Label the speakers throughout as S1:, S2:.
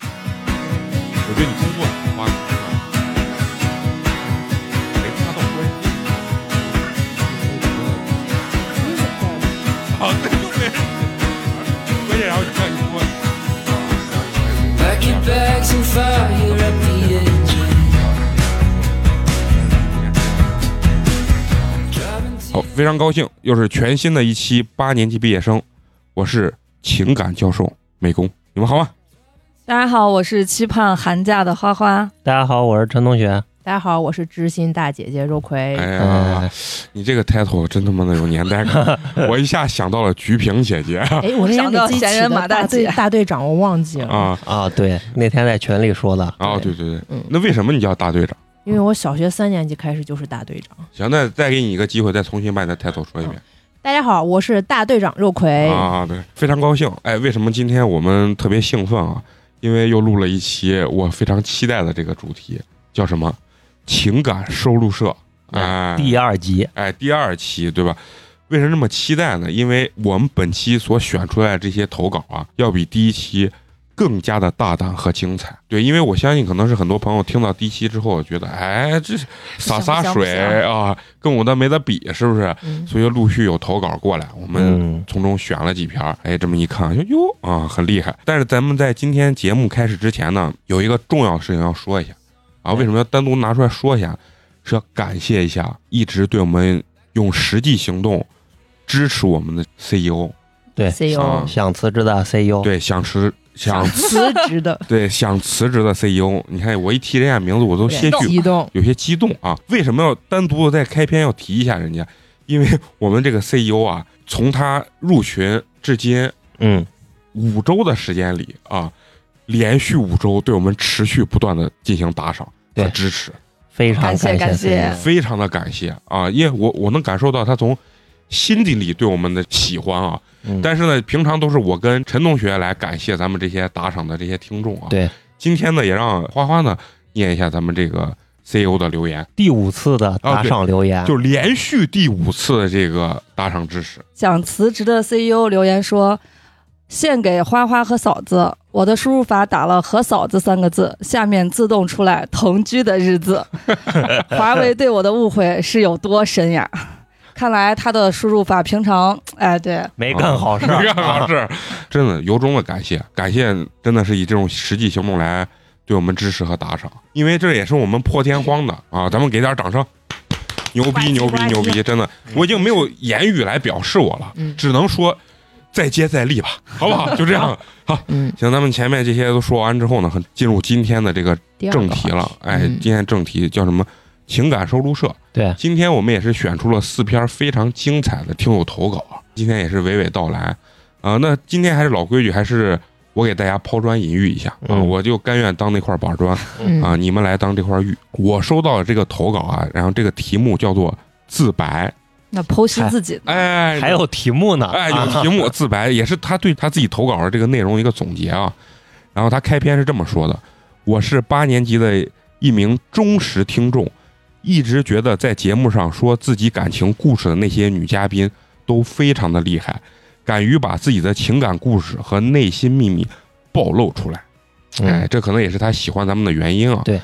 S1: 我对你工作很夸张，没他都关心。啊，对对 对，关键然后你看你说，
S2: Bucket bags and fire up the engine.
S1: 好，非常高兴，又是全新的一期八年级毕业生，我是情感教授美工，你们好吗？
S3: 大家好，我是期盼寒假的花花。
S4: 大家好，我是陈同学。
S5: 大家好，我是知心大姐姐肉葵。
S1: 哎呀，
S4: 哎
S1: 你这个 title 真他妈的有年代 感，我一下想到了菊萍姐姐啊
S5: 哎，我那天
S3: 想
S5: 给
S3: 到
S5: 自己
S3: 闲
S5: 起
S3: 人
S5: 的
S3: 马大
S5: 大队
S3: 姐
S5: 大队长，我忘记了，
S1: 啊
S4: 啊，对，那天在群里说的，
S1: 啊！对对对
S5: 嗯，
S1: 那为什么你叫大队长？
S5: 因为我小学三年级开始就是大队长。
S1: 行，那再给你一个机会，再重新把你的 title 说一遍。
S5: 大家好，我是大队长肉葵。
S1: 啊，对，非常高兴。哎，为什么今天我们特别兴奋啊？因为又录了一期我非常期待的这个主题，叫什么？情感收录社。哎，
S4: 第二集，
S1: 哎第二期对吧？为什么这么期待呢？因为我们本期所选出来的这些投稿啊，要比第一期更加的大胆和精彩。对，因为我相信可能是很多朋友听到第一期之后，觉得哎，这是洒洒
S5: 想不
S1: 水
S5: 想
S1: 啊，跟我的没得比，是不是？
S5: 嗯
S1: 所以陆续有投稿过来，我们
S4: 嗯，
S1: 从中选了几篇儿，哎，这么一看，哟哟啊，很厉害。但是咱们在今天节目开始之前呢，有一个重要事情要说一下啊，为什么要单独拿出来说一下？是要感谢一下一直对我们用实际行动支持我们的 CEO，
S4: 对，
S5: CEO
S1: 啊
S4: 想辞职的 E CEO，，
S1: 对，想辞想
S5: 辞职的
S1: 对想辞职的 CEO，你看我一提人家名字，我都些许
S5: 激动，
S1: 有些激动啊。为什么要单独的在开篇要提一下人家？因为我们这个 CEO 啊，从他入群至今
S4: 嗯，
S1: 五周的时间里啊，连续五周对我们持续不断的进行打赏
S4: 对
S1: 和支持，
S4: 非常
S3: 感谢
S4: 感 E
S3: 感
S4: CEO
S1: 非常的感谢啊！因为我我能感受到他从心底里对我们的喜欢啊。
S4: 嗯，
S1: 但是呢，平常都是我跟陈同学来感谢咱们这些打赏的这些听众啊。
S4: 对，
S1: 今天呢，也让花花呢念一下咱们这个 CEO 的留言，
S4: 第五次的打赏留言，
S1: 哦就连续第五次的这个打赏支持。
S3: 想辞职的 CEO 留言说：“献给花花和嫂子，我的输入法打了‘和嫂子’三个字，下面自动出来‘同居的 日子’。华为对我的误会是有多深呀？看来他的输入法平常，哎，对，
S4: 没 干好事儿，
S1: 没干好事儿，啊真的由衷的感谢，感谢真的是以这种实际行动来对我们支持和打赏，因为这也是我们破天荒的啊，咱们给点掌声，牛逼牛逼牛逼，真的，我已经没有言语来表示我了，
S5: 嗯
S1: 只能说再接再厉吧，好不 好？就这样，
S5: 嗯，
S1: 行，咱们前面这些都说完之后呢，很进入今天的这个
S5: 第二个
S1: 正题了
S5: 话题，
S1: 哎，
S5: 嗯
S1: 今天正题叫什么？情感收录社，
S4: 对，
S1: 今天我们也是选出了四篇非常精彩的听友投稿，今天也是娓娓道来啊、那今天还是老规矩，还是我给大家抛砖引玉一下啊、
S4: 嗯
S1: 我就甘愿当那块板砖啊、
S5: 嗯
S1: 你们来当这块玉。我收到了这个投稿啊，然后这个题目叫做自白，
S3: 那剖析自己，
S1: 哎，
S4: 还有题目呢，啊
S1: 哎，有题目自白，也是他对他自己投稿的这个内容一个总结啊。然后他开篇是这么说的：“我是八年级的一名忠实听众，一直觉得在节目上说自己感情故事的那些女嘉宾都非常的厉害，敢于把自己的情感故事和内心秘密暴露出来。哎，
S4: 嗯，
S1: 这可能也是他喜欢咱们的原因啊。
S4: 对，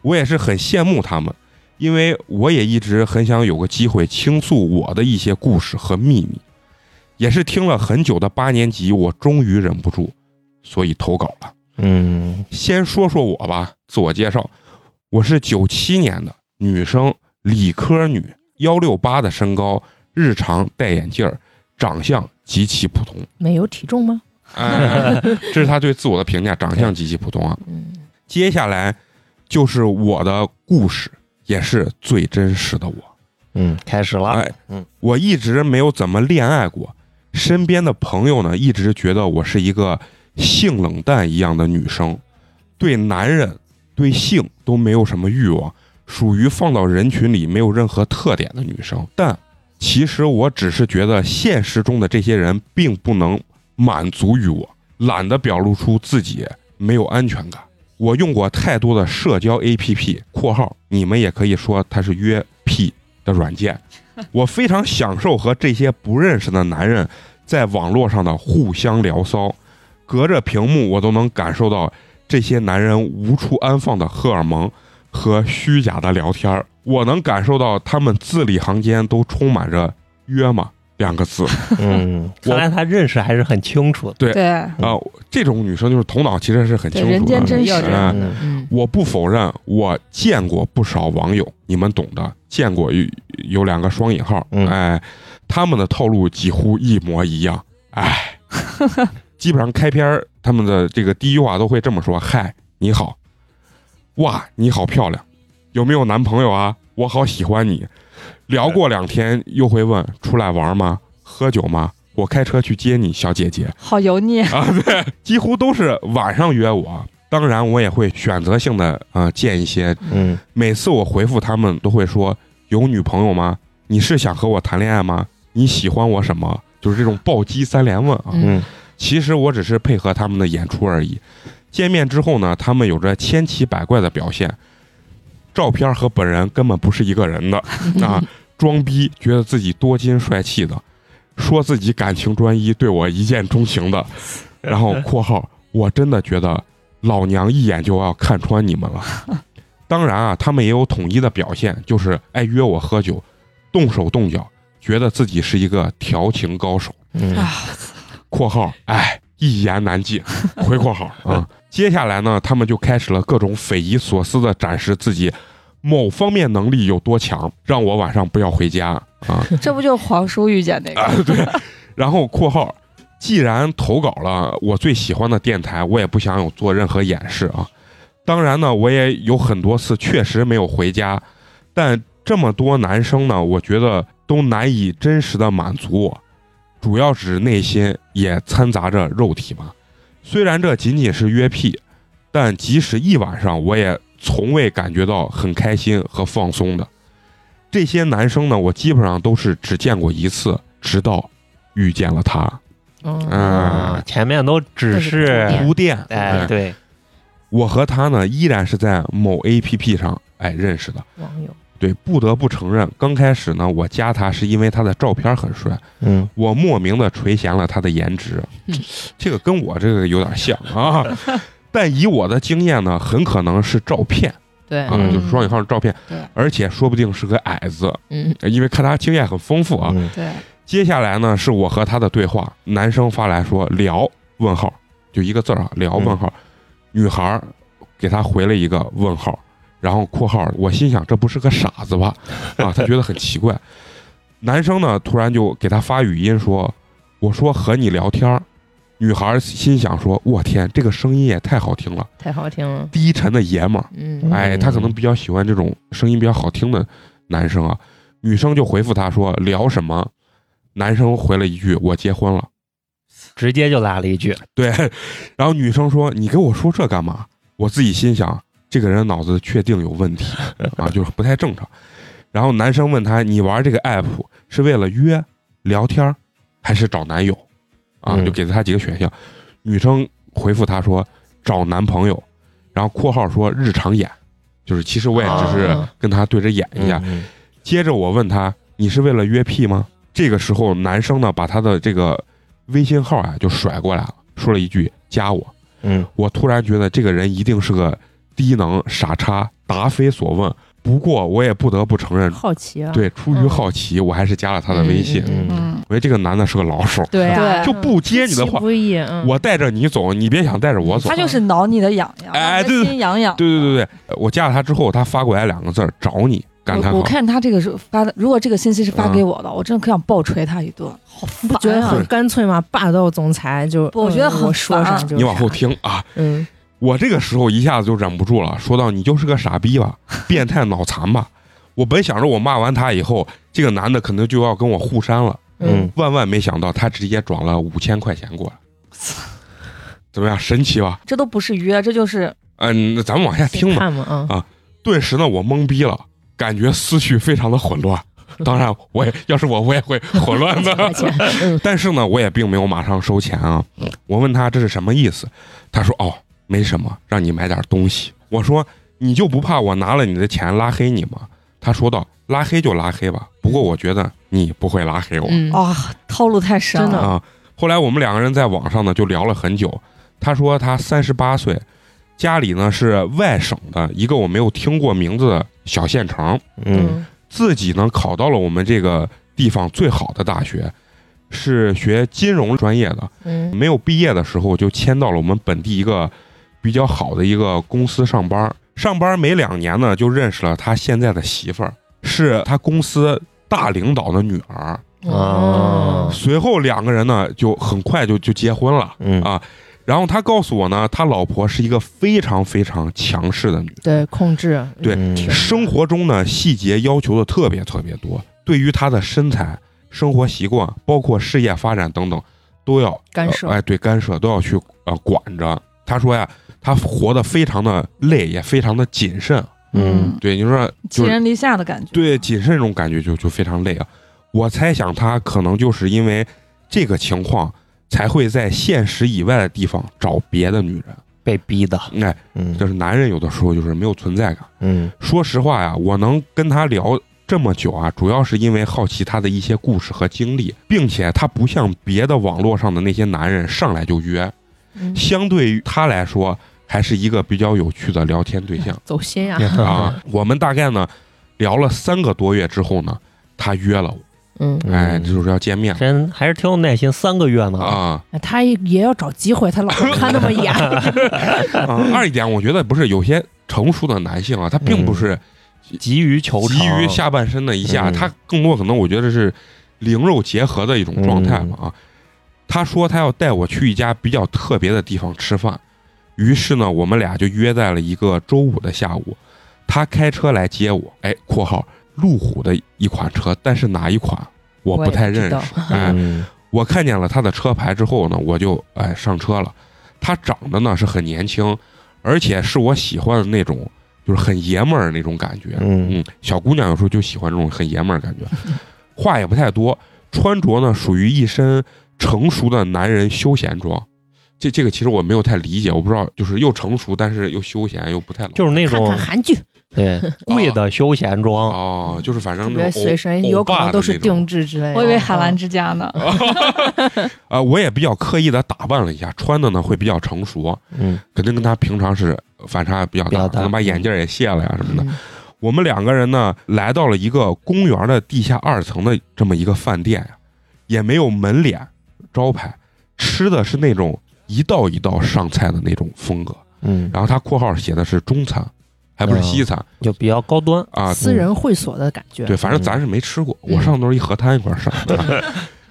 S1: 我也是很羡慕他们，因为我也一直很想有个机会倾诉我的一些故事和秘密。也是听了很久的八年级，我终于忍不住，所以投稿了。
S4: 嗯，
S1: 先说说我吧，自我介绍，我是九七年的女生，理科女，幺六八的身高，日常戴眼镜儿，长相极其普 通。
S5: 没有体重吗？
S1: 哎，这是他对自我的评价，长相极其普通啊。
S5: 嗯，
S1: 接下来就是我的故事，也是最真实的我。
S4: 嗯，开始了，
S1: 哎
S4: 嗯，
S1: 我一直没有怎么恋爱过，身边的朋友呢，一直觉得我是一个性冷淡一样的女生，对男人、对性都没有什么欲望，属于放到人群里没有任何特点的女生。但其实我只是觉得现实中的这些人并不能满足于我，懒得表露出自己没有安全感。我用过太多的社交 APP（括号你们也可以说它是约 P 的软件），我非常享受和这些不认识的男人在网络上的互相聊骚，隔着屏幕我都能感受到这些男人无处安放的荷尔蒙和虚假的聊天儿，我能感受到他们字里行间都充满着“约吗”两个字。
S4: 嗯，
S1: 我
S4: 看来他认识还是很清楚的。
S1: 对
S3: 对
S1: 啊、这种女生就是头脑其实是很清
S3: 对，
S1: 楚的，哎
S3: 人间真
S5: 要这
S3: 实。
S1: 啊
S5: 样
S4: 嗯，
S5: 嗯，
S1: 我不否认，我见过不少网友，你们懂的，见过有有两个双引号，
S4: 嗯
S1: 哎，他们的套路几乎一模一样，哎， 基本上开篇儿他们的这个第一句话都会这么说：“嗨，你好，哇，你好漂亮，有没有男朋友啊？我好喜欢你。”聊过两天又会问：“出来玩吗？喝酒吗？我开车去接你，小姐姐。”
S3: 好油腻，
S1: 啊，对，几乎都是晚上约我。当然，我也会选择性的啊、呃见一些。
S4: 嗯，
S1: 每次我回复他们都会说：“有女朋友吗？你是想和我谈恋爱吗？你喜欢我什么？”就是这种暴击三连问啊。
S4: 嗯，
S1: 其实我只是配合他们的演出而已。见面之后呢，他们有着千奇百怪的表现，照片和本人根本不是一个人的啊！装逼，觉得自己多金帅气的，说自己感情专一，对我一见钟情的，然后（括号）我真的觉得老娘一眼就要看穿你们了。当然啊，他们也有统一的表现，就是爱约我喝酒，动手动脚，觉得自己是一个调情高手。
S3: 啊
S4: 嗯，
S1: （括号）哎，一言难尽。回括号啊。接下来呢，他们就开始了各种匪夷所思的展示自己某方面能力有多强，让我晚上不要回家啊。
S3: 这不就是黄叔遇见那
S1: 啊
S3: 个？，
S1: 对。然后括号，既然投稿了我最喜欢的电台，我也不想有做任何掩饰啊。当然呢，我也有很多次确实没有回家，但这么多男生呢，我觉得都难以真实的满足我，主要指内心也掺杂着肉体嘛。虽然这仅仅是约屁，但即使一晚上，我也从未感觉到很开心和放松的。这些男生呢，我基本上都是只见过一次，直到遇见了他。
S5: 嗯哦
S1: 嗯
S4: 啊，前面都只
S5: 都是
S4: 是，
S1: 铺垫，
S4: 哎，
S1: 哎，
S4: 对，
S1: 我和他呢依然是在某 A P P 上哎认识的。
S5: 网友
S1: 对，不得不承认，刚开始呢，我加他是因为他的照片很帅，
S4: 嗯，
S1: 我莫名的垂涎了他的颜值，这个跟我这个有点像 啊。但以我的经验呢，很可能是照片
S5: 对，
S1: 啊，
S4: 嗯
S1: 就是双引号的照片
S5: 对，
S1: 而且说不定是个矮子，
S5: 嗯，
S1: 因为看他经验很丰富啊。
S4: 嗯，
S3: 对，
S1: 接下来呢是我和他的对话，男生发来说聊问号，就一个字儿啊聊
S4: 嗯
S1: 问号，女孩儿给他回了一个问号，然后括号，我心想这不是个傻子吧？啊，他觉得很奇怪。男生呢突然就给他发语音说，我说和你聊天儿，女孩儿心想说，我天，这个声音也太好听了，
S5: 太好听了，
S1: 低沉的爷们儿。
S5: 嗯，
S1: 哎，他可能比较喜欢这种声音比较好听的男生啊。女生就回复他说聊什么，男生回了一句我结婚了。
S4: 直接就拉了一句，
S1: 对，然后女生说你跟我说这干嘛？我自己心想这个人脑子确定有 问题啊，就是不太正常。然后男生问他你玩这个 app 是为了约聊天儿还是找男友啊？
S4: 嗯
S1: 就给了他几个选项，女生回复他说找男朋友，然后括号说日常演，就是其实我也只是
S5: 啊
S1: 跟他对着演一下。
S4: 嗯
S1: 接着我问他：“你是为了约屁吗？”这个时候，男生呢把他的这个微信号啊就甩过来了，说了一句“加我
S4: 嗯”。
S1: 我突然觉得这个人一定是个低能傻叉，答非所问。不过我也不得不承认，
S5: 好奇啊，
S1: 对，出于好奇，我还是加了他的微信。
S5: 嗯
S4: 嗯
S3: 嗯，
S1: 我觉得这个男的是个老手，
S5: 对啊，
S3: 对
S1: 就不接你的
S5: 出其
S1: 话，
S5: 不意，嗯
S1: 我带着你走，你别想带着我走
S3: 他。就是挠你的痒痒，
S1: 哎
S3: 让你
S1: 对
S3: 的心痒痒。
S1: 对对对对，呃我加了他之后，他发过来两个字儿“找你”，感嗯叹
S3: 我
S1: 号
S3: 我。看他这个是发的，如果这个信息是发给我的，我真的可想暴捶他一顿，好
S5: 不觉
S3: 烦
S5: 得
S3: 啊！
S5: 很干脆吗？霸道总裁就，
S3: 不我
S5: 嗯
S3: 觉得很
S5: 我说啥
S3: 烦
S5: 就
S1: 你往后
S5: 啥，
S1: 听啊，
S5: 嗯，
S1: 我这个时候一下子就忍不住了，说到你就是个傻逼 吧，变态脑残吧。我本想着我骂完他以后，这个男的可能就要跟我互删了，
S4: 嗯
S1: 万万没想到他直接转了五千块钱过来，怎么样，神奇吧？
S3: 这都不是约，这就是
S1: 嗯、那咱们往下听吧。
S5: 看嘛啊，
S1: 啊顿时呢，我懵逼了，感觉思绪非常的混乱。当 然，我也要是我，我也会混乱的。
S5: 嗯
S1: 但是呢，我也并没有马上收钱啊。我问他这是什么意思，他说哦，没什么，让你买点东西。我说你就不怕我拿了你的钱拉黑你吗？他说道：“拉黑就拉黑吧，不过我觉得你不会拉黑我、
S5: 嗯
S3: 哇、啊套路太深
S5: 真的
S3: 了。
S1: 啊。”后来我们两个人在网上呢就聊了很久。他说他三十八岁，家里呢是外省的一个我没有听过名字的小县城。
S4: 嗯，
S1: 自己呢考到了我们这个地方最好的大学，是学金融专业的。
S5: 嗯
S1: 没有毕业的时候就签到了我们本地一个比较好的一个公司上班。上班没两年呢，就认识了他现在的媳妇儿，是他公司大领导的女儿。
S5: 嗯
S4: 啊
S1: 随后两个人呢就很快就就结婚了。
S4: 嗯
S1: 啊然后他告诉我呢，他老婆是一个非常非常强势的女人
S5: 对控制，
S1: 对
S4: 嗯
S1: 生活中呢，细节要求的特别特别多，对于他的身材、生活习惯，包括事业发展等等，都要
S5: 干涉
S1: 呃哎，对，干涉都要去呃管着。他说呀，他活得非常的累，也非常的谨慎。
S4: 嗯，
S1: 对，你说就
S3: 寄
S1: 是
S3: 人篱下的感觉。
S1: 对谨慎这种感觉就就非常累啊。我猜想他可能就是因为这个情况，才会在现实以外的地方找别的女人。
S4: 被逼的，
S1: 哎，
S4: 嗯
S1: 就是男人有的时候就是没有存在感。
S4: 嗯
S1: 说实话呀，我能跟他聊这么久啊，主要是因为好奇他的一些故事和经历，并且他不像别的网络上的那些男人上来就约，
S5: 嗯
S1: 相对于他来说，还是一个比较有趣的聊天对象
S5: 走心呀，
S1: 啊。我们大概呢聊了三个多月之后呢，他约了我，
S5: 嗯，
S4: 嗯
S1: 哎，这就是要见面
S4: 真还是挺有耐心，三个月呢，
S1: 啊。
S5: 哎他也要找机会，他老看那么严，
S1: 啊二一点，我觉得不是有些成熟的男性啊，他
S5: 嗯
S1: 并不是
S4: 急于求
S1: 急
S4: 偿，
S1: 于下半身的一下，
S4: 嗯
S1: 他更多可能我觉得是灵肉结合的一种状态
S5: 嗯
S1: 吧啊。他说他要带我去一家比较特别的地方吃饭，于是呢，我们俩就约在了一个周五的下午，他开车来接我。哎（括号路虎的一款车，但是哪一款 我不太认识
S5: 我也不知道。）。
S1: 哎，
S4: 嗯
S1: 我看见了他的车牌之后呢，我就哎上车了。他长得呢是很年轻，而且是我喜欢的那种，就是很爷们儿的那种感觉。
S4: 嗯
S1: 嗯，小姑娘有时候就喜欢这种很爷们儿的感觉，话也不太多，穿着呢属于一身成熟的男人休闲装。这这个其实我没有太理解，我不知道，就是又成熟，但是又休闲，又不太老
S4: 就是那
S5: 看
S4: 种
S5: 看韩剧，
S4: 对贵的休闲装，
S1: 哦，就是反
S5: 特
S1: 正那种
S5: 别 随身，
S1: 欧
S5: 有可
S1: 巴
S5: 能
S1: 的
S5: 都是
S1: 那种
S5: 定制之类的。哦
S3: 我以为海澜之家
S1: 嗯
S3: 呢，
S1: 啊、我也比较刻意的打扮了一下，穿的呢会比较成熟，
S4: 嗯
S1: 肯定跟他平常是反差比较
S4: 比
S1: 大，
S4: 较大
S1: 可能把眼镜儿也卸了呀什么的。
S5: 嗯
S1: 我们两个人呢，来到了一个公园的地下二层的这么一个饭店呀，也没有门脸招牌，吃的是那种一道一道上菜的那种风格。
S4: 嗯，
S1: 然后他括号写的是中餐，还不是西餐
S4: 就比较高端，
S1: 啊？
S5: 私人会所的感觉。
S1: 对，反正咱是没吃过，
S4: 嗯
S1: 我上都是一河滩一块儿上 的。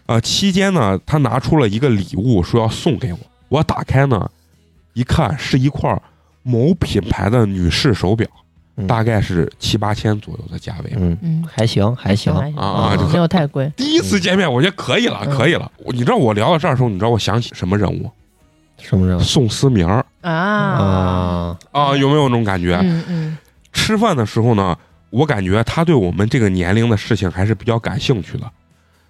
S1: 呃，期间呢，他拿出了一个礼物，说要送给我。我打开呢，一看是一块儿某品牌的女士手表，
S4: 嗯
S1: 大概是七八千左右的价位吧。
S4: 嗯
S5: 嗯，
S4: 还行还行，
S5: 还
S1: 啊啊
S4: 这个
S5: 没有太贵。
S1: 第一次见面，我觉得可以了，
S5: 嗯
S1: 可以了。我你知道我聊到这儿的时候，你知道我想起什么人物？
S4: 什么人
S1: 宋思明儿
S5: 啊，
S4: 啊？
S1: 啊，有没有那种感觉？
S5: 嗯嗯
S1: 吃饭的时候呢，我感觉他对我们这个年龄的事情还是比较感兴趣的，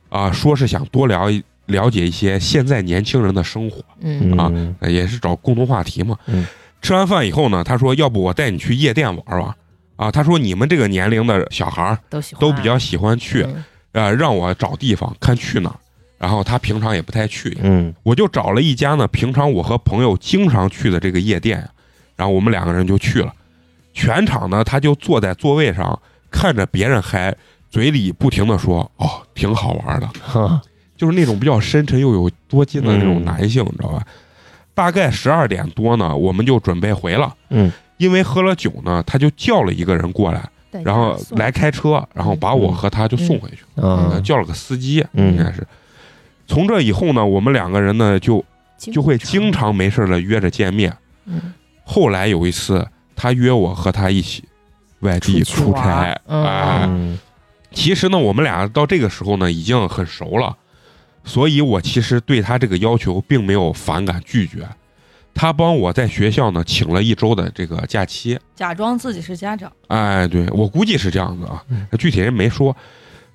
S1: 啊，说是想多聊一了解一些现在年轻人的生活，
S5: 嗯
S1: 啊
S4: 嗯
S1: 呃也是找共同话题嘛。
S4: 嗯
S1: 吃完饭以后呢，他说要不我带你去夜店玩玩。啊，他说你们这个年龄的小孩儿
S5: 都喜欢，
S1: 都比较喜欢去，
S5: 嗯
S1: 呃，让我找地方看去哪儿，然后他平常也不太去，
S4: 嗯
S1: 我就找了一家呢，平常我和朋友经常去的这个夜店，啊然后我们两个人就去了。全场呢，他就坐在座位上看着别人嗨，嘴里不停的说：“哦，挺好玩的。
S4: 哈”
S1: 就是那种比较深沉又有多金的那种
S4: 嗯
S1: 男性，你知道吧？大概十二点多呢，我们就准备回了。
S4: 嗯
S1: 因为喝了酒呢，他就叫了一个人过来，
S5: 带
S1: 然后来开车，然后把我和他就送回去，
S4: 啊
S1: 叫了个司机，
S4: 嗯
S1: 应该是。从这以后呢，我们两个人呢就就会经常没事的约着见面。
S5: 嗯
S1: 后来有一次，他约我和他一起外地
S5: 出去
S1: 出差，
S5: 玩嗯
S1: 哎，
S4: 嗯
S1: 其实呢，我们俩到这个时候呢已经很熟了，所以我其实对他这个要求并没有反感拒绝。他帮我在学校呢请了一周的这个假期，
S3: 假装自己是家长，
S1: 哎，对我估计是这样子啊
S4: 嗯，
S1: 具体人没说。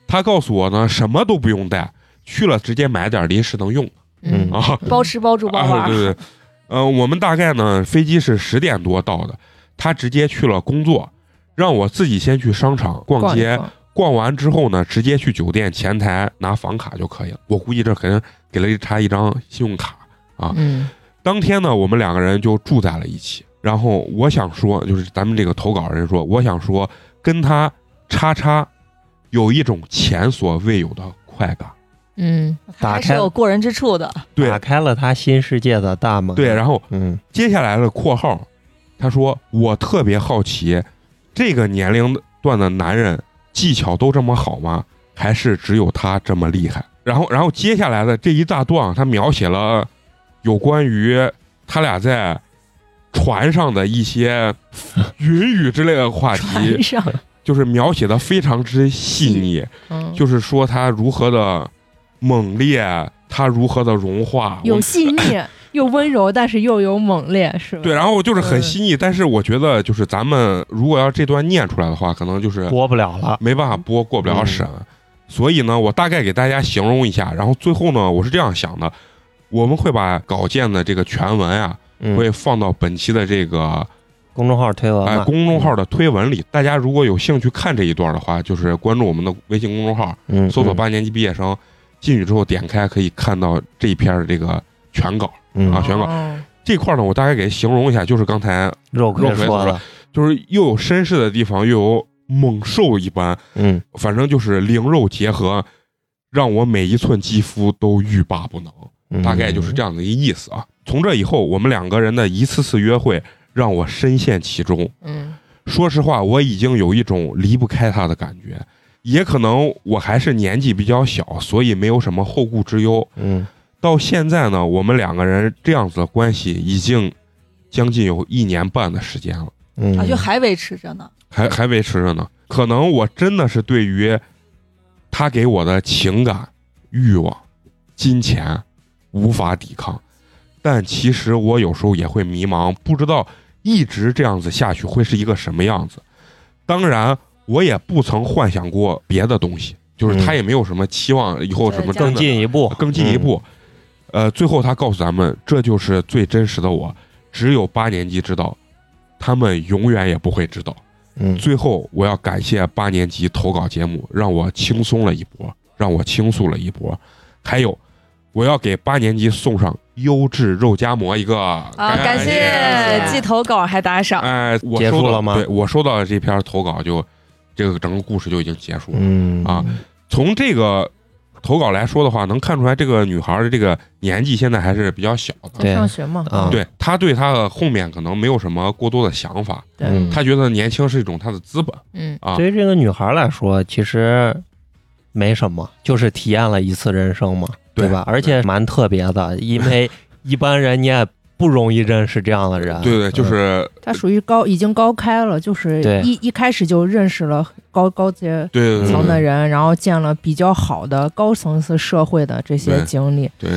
S1: 他告诉我呢，什么都不用带，去了直接买点临时能用
S4: 嗯
S1: 啊。
S3: 包吃包住包玩
S1: 啊，对
S3: 儿，
S1: 对，呃，我们大概呢，飞机是十点多到的，他直接去了工作，让我自己先去商场逛
S5: 逛一
S1: 街，啊
S5: 逛
S1: 逛完之后呢，直接去酒店前台拿房卡就可以了。我估计这肯定给了他一张信用卡。
S5: 嗯
S1: 当天呢，我们两个人就住在了一起。然后我想说，就是咱们这个投稿人说，我想说跟他叉叉有一种前所未有的快感。
S5: 嗯
S4: 打
S3: 还是
S4: 开
S3: 有过人之处的。啊
S1: 对
S4: 打开了他新世界的大门。
S1: 对，然后
S4: 嗯，
S1: 接下来的括号，他说我特别好奇，这个年龄段的男人技巧都这么好吗？还是只有他这么厉害？然后，然后接下来的这一大段啊，他描写了有关于他俩在船上的一些云雨之类的话题
S5: 船，嗯上
S1: 就是描写的非常之细腻，
S5: 嗯
S1: 就是说他如何的猛烈，他如何的融化，我
S5: 有细腻又温柔，但是又有猛烈，是吧？
S1: 对，啊然后就是很
S5: 嗯
S1: 细腻，但是我觉得就是咱们如果要这段念出来的话，可能就是
S4: 播不了嗯了。
S1: 没办法播，过不了审。所以呢，我大概给大家形容一下，然后最后呢，我是这样想的，我们会把稿件的这个全文啊，
S4: 嗯，
S1: 会放到本期的这个
S4: 公众号推文
S1: 哎
S4: 嘛，
S1: 公众号的推文里。大家如果有兴趣看这一段的话，就是关注我们的微信公众号，
S4: 嗯
S1: 搜索八年级毕业生，进去之后点开可以看到这一篇的这个全稿。
S4: 嗯
S1: 啊
S4: 嗯
S1: 全
S5: 哦
S1: 网这块呢，我大概给形容一下，就是刚才
S4: 肉
S1: 肉
S4: 葵
S1: 葵
S4: 说
S1: 说
S4: 了，
S1: 就是又有绅士的地方，又有猛兽一般，
S4: 嗯，
S1: 反正就是灵肉结合，让我每一寸肌肤都欲罢不能，
S4: 嗯
S1: 大概就是这样的一个意思啊。从这以后，我们两个人的一次次约会让我深陷其中。
S5: 嗯
S1: 说实话，我已经有一种离不开他的感觉，也可能我还是年纪比较小，所以没有什么后顾之忧。
S4: 嗯，
S1: 到现在呢，我们两个人这样子的关系已经将近有一年半的时间了。
S4: 嗯
S3: 啊，
S4: 嗯，
S3: 就还维持着呢。
S1: 还还维持着呢。可能我真的是对于他给我的情感、欲望、金钱无法抵抗，但其实我有时候也会迷茫，不知道一直这样子下去会是一个什么样子。当然，我也不曾幻想过别的东西，就是他
S4: 嗯
S1: 也没有什么期望以后什么
S3: 对
S1: 真
S4: 更
S1: 的
S4: 进一步，
S1: 更进一步。呃，最后他告诉咱们，这就是最真实的我，只有八年级知道，他们永远也不会知道。
S4: 嗯，嗯，
S1: 最后，我要感谢八年级投稿节目，让我轻松了一波，让我倾诉了一波。还有，我要给八年级送上优质肉夹馍一个。
S3: 啊，感谢既投稿还打赏，
S1: 哎，我
S4: 结束
S1: 收到
S4: 了吗
S1: 对我收到的这篇投稿就，这个整个故事就已经结束了。
S4: 嗯
S1: 啊，从这个投稿来说的话，能看出来这个女孩的这个年纪现在还是比较小的。
S4: 对
S5: 上学嘛，
S4: 啊
S1: 对她对她的后面可能没有什么过多的想法，
S5: 对
S4: 嗯
S1: 她觉得年轻是一种她的资本。
S5: 嗯
S1: 啊
S4: 对于这个女孩来说，其实没什么，就是体验了一次人生嘛，
S1: 对
S4: 吧？而且蛮特别的，因为一般人你也不容易认识这样的人。嗯
S1: 对对，就是
S5: 他属于高，已经高开了，就是
S4: 对
S5: 一一开始就认识了高高阶
S1: 对对
S5: 层
S1: 对
S5: 的人，然后见了比较好的高层次社会的这些
S1: 对
S5: 经历，
S1: 对，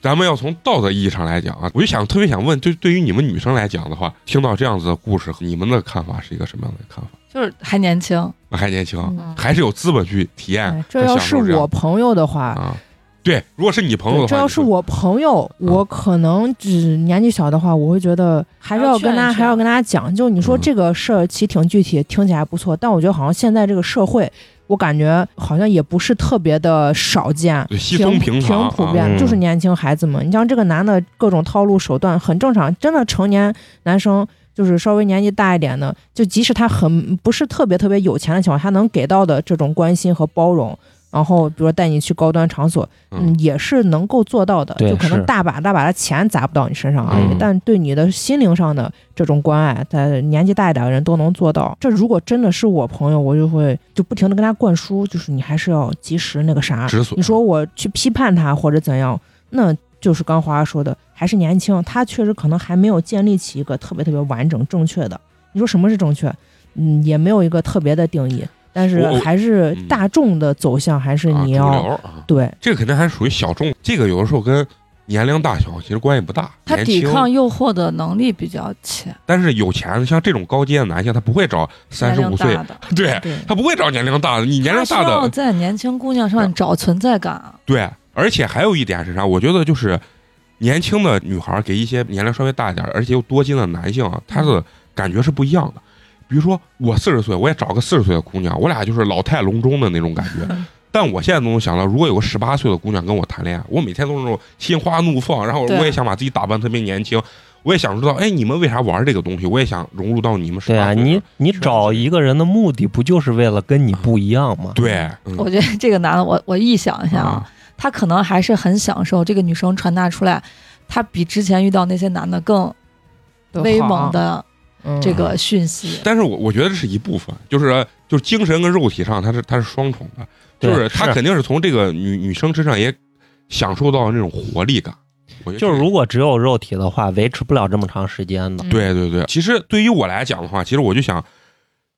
S1: 咱们要从道德意义上来讲啊，我就想特别想问，就对于你们女生来讲的话，听到这样子的故事，你们的看法是一个什么样的看法？
S3: 就是还年轻，
S1: 还年轻，啊
S5: 嗯
S1: 还是有资本去体验
S5: 哎。这要是
S1: 享受样
S5: 我朋友的
S3: 哎
S5: 话，
S1: 啊，对，如果是你朋友
S5: 对，
S1: 的话，
S5: 这要是
S1: 你会嗯
S5: 我朋友，我可能只年纪小的话，我会觉得还是要跟
S3: 还要劝
S5: 他
S3: 一
S5: 还要跟大家讲，就你说
S1: 嗯
S5: 这个事儿其实挺具体，听起来不错，但我觉得好像现在这个社会，我感觉好像也不是特别的少见。
S1: 对稀
S5: 挺
S1: 松
S5: 挺
S1: 平常
S5: 普
S1: 啊
S5: 遍，
S4: 嗯
S5: 就是年轻孩子们。你像这个男的各种套路手段很正常，真的成年男生就是稍微年纪大一点的，就即使他很不是特别特别有钱的情况下，他能给到的这种关心和包容，然后比如说带你去高端场所，嗯
S1: 嗯，
S5: 也是能够做到的，
S4: 对
S5: 就可
S4: 是
S5: 能大把大把的钱砸不到你身上而已，
S4: 嗯
S5: 但对你的心灵上的这种关爱，在年纪大一点的人都能做到。这如果真的是我朋友，我就会就不停的跟他灌输，就是你还是要及时那个啥。
S1: 止损。
S5: 你说我去批判他或者怎样，那就是刚华说的，还是年轻，他确实可能还没有建立起一个特别特别完整正确的。你说什么是正确？嗯，也没有一个特别的定义，但是
S1: 我我
S5: 还是
S1: 嗯
S5: 大众的走向，还是
S3: 嗯
S1: 啊，
S5: 你
S1: 主
S5: 要
S3: 哦
S1: 流啊，
S5: 对。
S1: 这个肯定还是属于小众。这个有的时候跟年龄大小其实关系不大，
S3: 他
S1: 年
S3: 抵
S1: 轻
S3: 抗诱惑的能力比较强，
S1: 但是有钱的像这种高阶的男性，他不会找三
S3: 年
S1: 十
S3: 龄
S1: 五岁
S3: 大，的，
S1: 对
S5: 对
S1: 他不会找年龄大的，你年龄
S3: 他需
S1: 大
S3: 要
S1: 的
S3: 在年轻姑娘上找存在感。啊
S1: 对，而且还有一点是啥？我觉得就是年轻的女孩给一些年龄稍微大一点，而且又多金的男性啊，他的感觉是不一样的。比如说我四十岁，我也找个四十岁的姑娘，我俩就是老态龙钟的那种感觉。
S4: 嗯
S1: 但我现在都能想到，如果有个十八岁的姑娘跟我谈恋爱，我每天都是那种心花怒放，然后
S3: 对啊
S1: 我也想把自己打扮特别年轻，我也想知道，哎，你们为啥玩这个东西？我也想融入到你们十
S4: 对
S1: 八
S4: 啊，
S1: 岁的。
S4: 你你
S1: 是
S4: 找一个人的目的不就是为了跟你不一样吗？
S1: 对，嗯
S3: 我觉得这个男的，我我臆想一下啊，
S1: 啊，
S3: 他可能还是很享受这个女生传达出来，他比之前遇到那些男的更
S5: 都
S3: 威
S5: 好
S3: 猛的
S5: 嗯
S3: 这个讯息。
S1: 但是我我觉得这是一部分，就是就是精神跟肉体上，它是它是双重的，
S4: 对
S1: 就是他
S4: 是
S1: 肯定是从这个女女生身上也享受到那种活力感。我觉得
S4: 就是
S1: 这个
S4: 如果嗯只有肉体的话，维持不了这么长时间的。
S1: 对对对，其实对于我来讲的话，其实我就想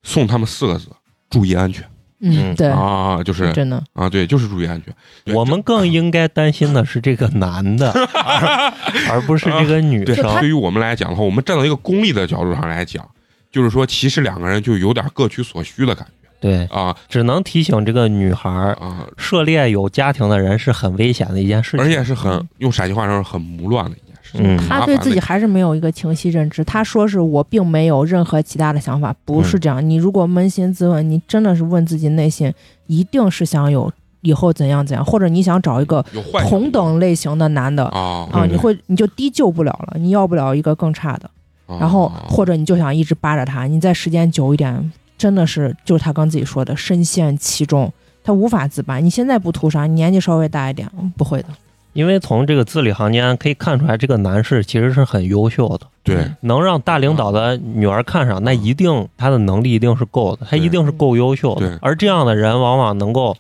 S1: 送他们四个字：注意安全
S5: 嗯，对，
S1: 啊，就是
S5: 真的，
S1: 啊，对，就是注意安全。对
S4: 我们更应该担心的是这个男 的，而而不是这个女
S1: 对，
S4: 生。
S1: 对于我们来讲的话，我们站到一个功利的角度上来讲，就是说，其实两个人就有点各取所需的感觉
S4: 对，
S1: 啊
S4: 只能提醒这个女孩儿，
S1: 啊，
S4: 涉猎有家庭的人是很危险的一件事情。
S1: 而且是很用陕西话说是很胡乱的一件事情。
S4: 嗯
S1: 很麻
S5: 他
S1: 烦
S5: 对
S1: 的
S5: 自己还是没有一个清晰认知。他说是我并没有任何其他的想法，不
S1: 嗯
S5: 是这样。你如果扪心自问，你真的是问自己内心，一定是想有以后怎样怎样，或者你想找一个
S1: 有幻想
S5: 同等类型的男的。
S1: 啊
S5: 啊，
S4: 嗯
S5: 你会你就低就不了了，你要不了一个更差的，
S1: 啊
S5: 然后或者你就想一直扒着他，你在时间久一点，真的是就是他刚自己说的深陷其中，他无法自拔。你现在不图啥，你年纪稍微大一点，嗯不会的，
S4: 因为从这个字里行间可以看出来，这个男士其实是很优秀的，
S1: 对
S4: 能让大领导的女儿看上，那一定他的能力一定是够的，他一定是够优秀
S1: 对
S4: 的。而这样的人往往能够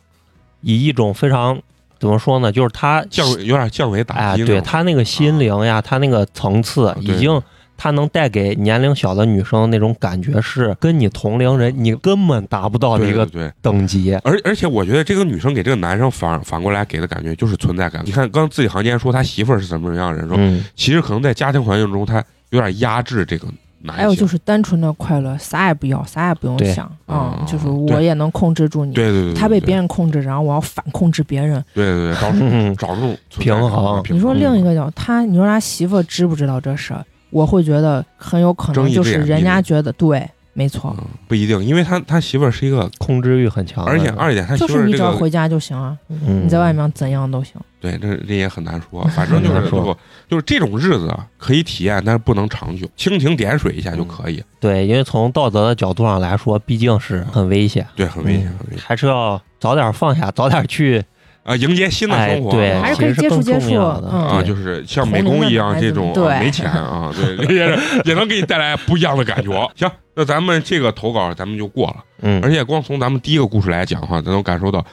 S4: 以一种非常怎么说呢，就是他
S1: 降维有点降维打
S4: 哎，
S1: 击那
S4: 对
S1: 种，
S4: 他那个心灵呀，他那个层次
S1: 啊对
S4: 已经。他能带给年龄小的女生那种感觉，是跟你同龄人你根本达不到的
S1: 对
S4: 一
S1: 对
S4: 个
S1: 对。
S4: 等级。
S1: 而而且我觉得这个女生给这个男生反反过来给的感觉就是存在感。你看，刚字里行间说他媳妇儿是怎么样的人，说、
S4: 嗯，
S1: 其实可能在家庭环境中他有点压制这个男性。
S5: 还有哎就是单纯的快乐，啥也不要，啥也不用
S4: 对
S5: 想
S1: 啊
S5: 啊、就是
S1: 对
S5: 我也能控制住你。
S1: 对对对对对，
S5: 他被别人控制，然后我要反控制别人。
S1: 对对对找出
S4: 嗯
S1: 找这种存在感
S4: 平衡
S1: 平
S5: 你说另一个叫他，你说他媳妇儿知不知道这事儿？我会觉得很有可
S1: 睁
S5: 能
S1: 一只
S5: 就是
S1: 眼闭一
S5: 人
S1: 只
S5: 家
S1: 眼
S5: 觉得对，没错，
S1: 嗯不一定，因为他他媳妇儿是一个，
S4: 控制欲很强的
S1: 而
S4: 人，
S1: 且二一点他媳
S5: 就
S1: 妇
S5: 是
S1: 儿
S5: 你
S1: 这
S5: 只要
S1: 个
S5: 回家就行啊，
S4: 嗯
S5: 你在外面怎样都行。
S1: 对，这这也很难说，反正就
S4: 很
S1: 是
S4: 难说
S1: 就就是这种日子啊可以体验，但是不能长久，蜻蜓点水一下就可以，
S4: 对，因为从道德的角度上来说，毕竟是很危险，
S1: 对，很危险，很危险。
S4: 还是要早点放下，早 点去
S1: 啊，迎接新的
S4: 哎，
S1: 生活，
S4: 对，
S1: 啊
S5: 还是可以
S4: 其实更
S5: 接触接
S4: 重要的
S5: 触嗯
S1: 啊，
S4: 对
S1: 就是像
S5: 同
S1: 美
S5: 龄
S1: 工
S5: 的
S1: 一样
S5: 孩
S1: 这
S5: 子
S1: 种
S5: 对
S1: 啊没钱啊，对， 也也能给你带来不一样的感觉。行，那咱们这个投稿咱们就过了，
S4: 嗯，
S1: 而且光从咱们第一个故事来讲哈，咱能感受到。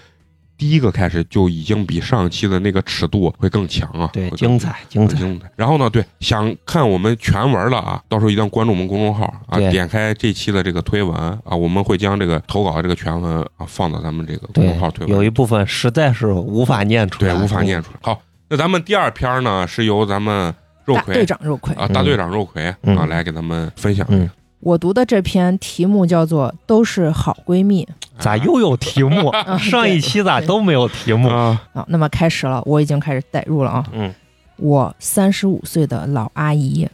S1: 第一个开始就已经比上期的那个尺度会更强啊，
S4: 对
S1: 会更
S4: 精彩精彩，
S1: 精彩。然后呢，对，想看我们全文了啊，到时候一定要关注我们公众号啊，
S4: 对
S1: 点开这期的这个推文啊，我们会将这个投稿的这个全文啊放到咱们这个公
S4: 对
S1: 众号推，文
S4: 有一部分实在是无法念出来，
S1: 对，无法念出来。好，那咱们第二篇呢，是由咱们肉
S5: 大
S1: 葵
S5: 队长肉葵，
S1: 啊，大队长肉葵
S4: 嗯
S1: 啊来给咱们分享。
S4: 嗯
S5: 我读的这篇题目叫做《都是好闺蜜
S4: 嗯，咋又有题目？
S5: 啊
S4: 上一期咋
S5: 对
S4: 都没有题目？
S1: 啊》
S5: 啊。那么开始了，我已经开始代入了啊。
S4: 嗯，
S5: 我三十五岁的老阿姨，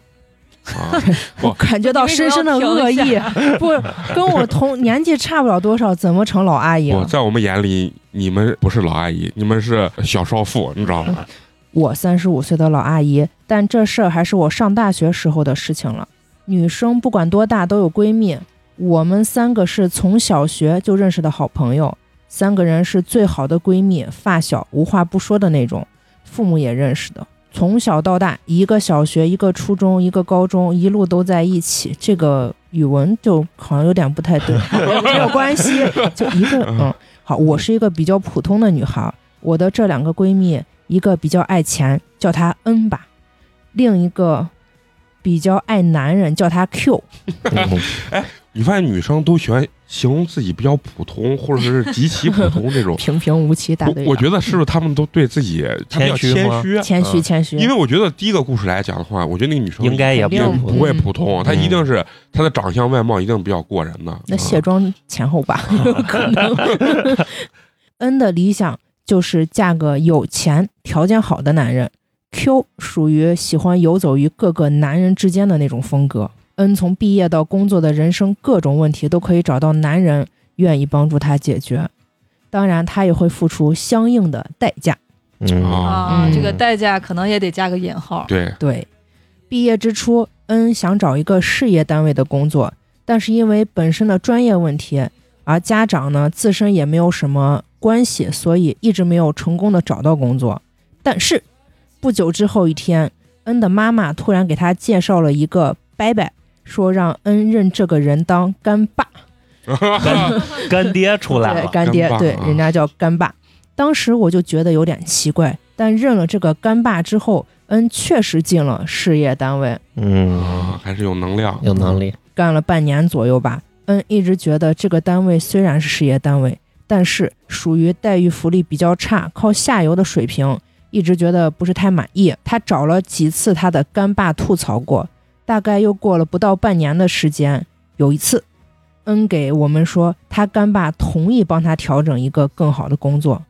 S1: 啊？
S4: 哎
S5: 我 感觉到深深的恶
S3: 你为
S5: 意， 不跟我同年纪差不了多少，怎么成老阿姨
S1: 我
S5: 了？
S1: 在我们眼里，你们不是老阿姨，你们是小少妇，你知道吗？
S5: 我三十五岁的老阿姨，但这事儿还是我上大学时候的事情了。女生不管多大都有闺蜜，我们三个是从小学就认识的好朋友，三个人是最好的闺蜜、发小，无话不说的那种，父母也认识的。从小到大，一个小学，一个初中，一个高中，一路都在一起。这个语文就好像有点不太对，没有关系，就一个嗯，好，我是一个比较普通的女孩儿，我的这两个闺蜜，一个比较爱钱，叫她 N 吧，另一个比较爱男人，叫她 Q。
S4: 嗯
S1: 你发现女生都喜欢形容自己比较普通，或者是极其普通这种。
S5: 平平无奇大
S1: 我
S5: 队
S1: 我
S5: 长，嗯
S1: 觉得是不是他们都对自己她比较
S4: 谦虚吗
S1: 谦虚？啊
S5: 谦虚
S4: 嗯
S5: 谦虚，
S1: 因为我觉得第一个故事来讲的话，我觉得那个女生
S4: 应该也不
S5: 肯定
S1: 不会普通，啊
S4: 嗯
S1: 她一定是她的长相外貌一定比较过人的。
S5: 那
S1: 嗯
S5: 卸妆前 后吧，有可能。N 的理想就是嫁个有钱、条件好的男人。Q 属于喜欢游走于各个男人之间的那种风格。N 从毕业到工作的人生各种问题都可以找到男人愿意帮助他解决，当然他也会付出相应的代价。
S4: 嗯
S3: 啊
S5: 嗯，
S3: 这个代价可能也得加个引号。
S1: 对，
S5: 对，毕业之初，N 想找一个事业单位的工作，但是因为本身的专业问题，而家长呢自身也没有什么关系，所以一直没有成功的找到工作。但是不久之后一天，N 的妈妈突然给他介绍了一个伯伯，说让 N 认这个人当干爸。
S1: 嗯
S4: 干干爹出来
S5: 对，
S4: 了，
S5: 干爹，
S1: 干爸
S5: 对
S1: 啊，
S5: 人家叫干爸。当时我就觉得有点奇怪，但认了这个干爸之后，N 确实进了事业单位。
S4: 嗯，
S1: 啊，还是有能量，
S4: 有能力，
S5: 干了半年左右吧。嗯，一直觉得这个单位虽然是事业单位，但是属于待遇福利比较差，靠下游的水平，一直觉得不是太满意。他找了几次他的干爸吐槽过，大概又过了不到半年的时间，有一次，恩给我们说他干爸同意帮他调整一个更好的工作，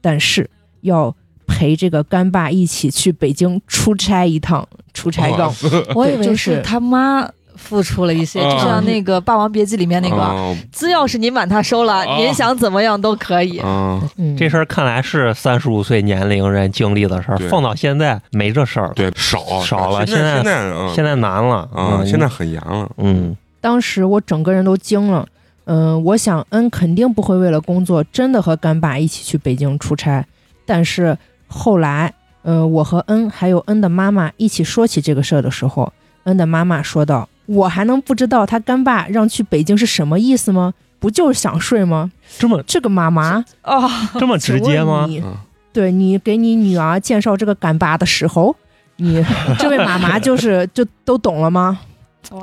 S5: 但是要陪这个干爸一起去北京出差一趟，出差一趟
S1: 哇塞
S3: 我以
S5: 对就
S3: 为
S5: 是
S3: 是他妈付出了一些，
S1: 啊
S3: 就像那个《霸王别姬》里面那个，
S1: 啊
S3: 只要是你满他收了，
S1: 啊
S3: 您想怎么样都可以。
S1: 啊，
S5: 嗯，
S4: 这事儿看来是三十五岁年龄人经历的事儿
S1: 对，
S4: 放到现在没这事儿了，
S1: 对，少
S4: 少了
S1: 现现
S4: 现在
S1: 在嗯
S4: 现在难了
S1: 啊，
S4: 嗯
S1: 现在很严了，
S4: 嗯
S5: 当时我整个人都惊了。嗯，我想恩肯定不会为了工作真的和干爸一起去北京出差，但是后来，呃，我和恩还有恩的妈妈一起说起这个事儿的时候，恩的妈妈说道：“我还能不知道他干爸让去北京是什么意思吗？不就是想睡吗？
S4: 这么
S5: 这个妈妈
S3: 哦，
S4: 这么直接吗
S5: 啊请问？你
S1: 嗯
S5: 对你给你女儿介绍这个干爸的时候，你 这位妈妈就是就都懂 了吗？”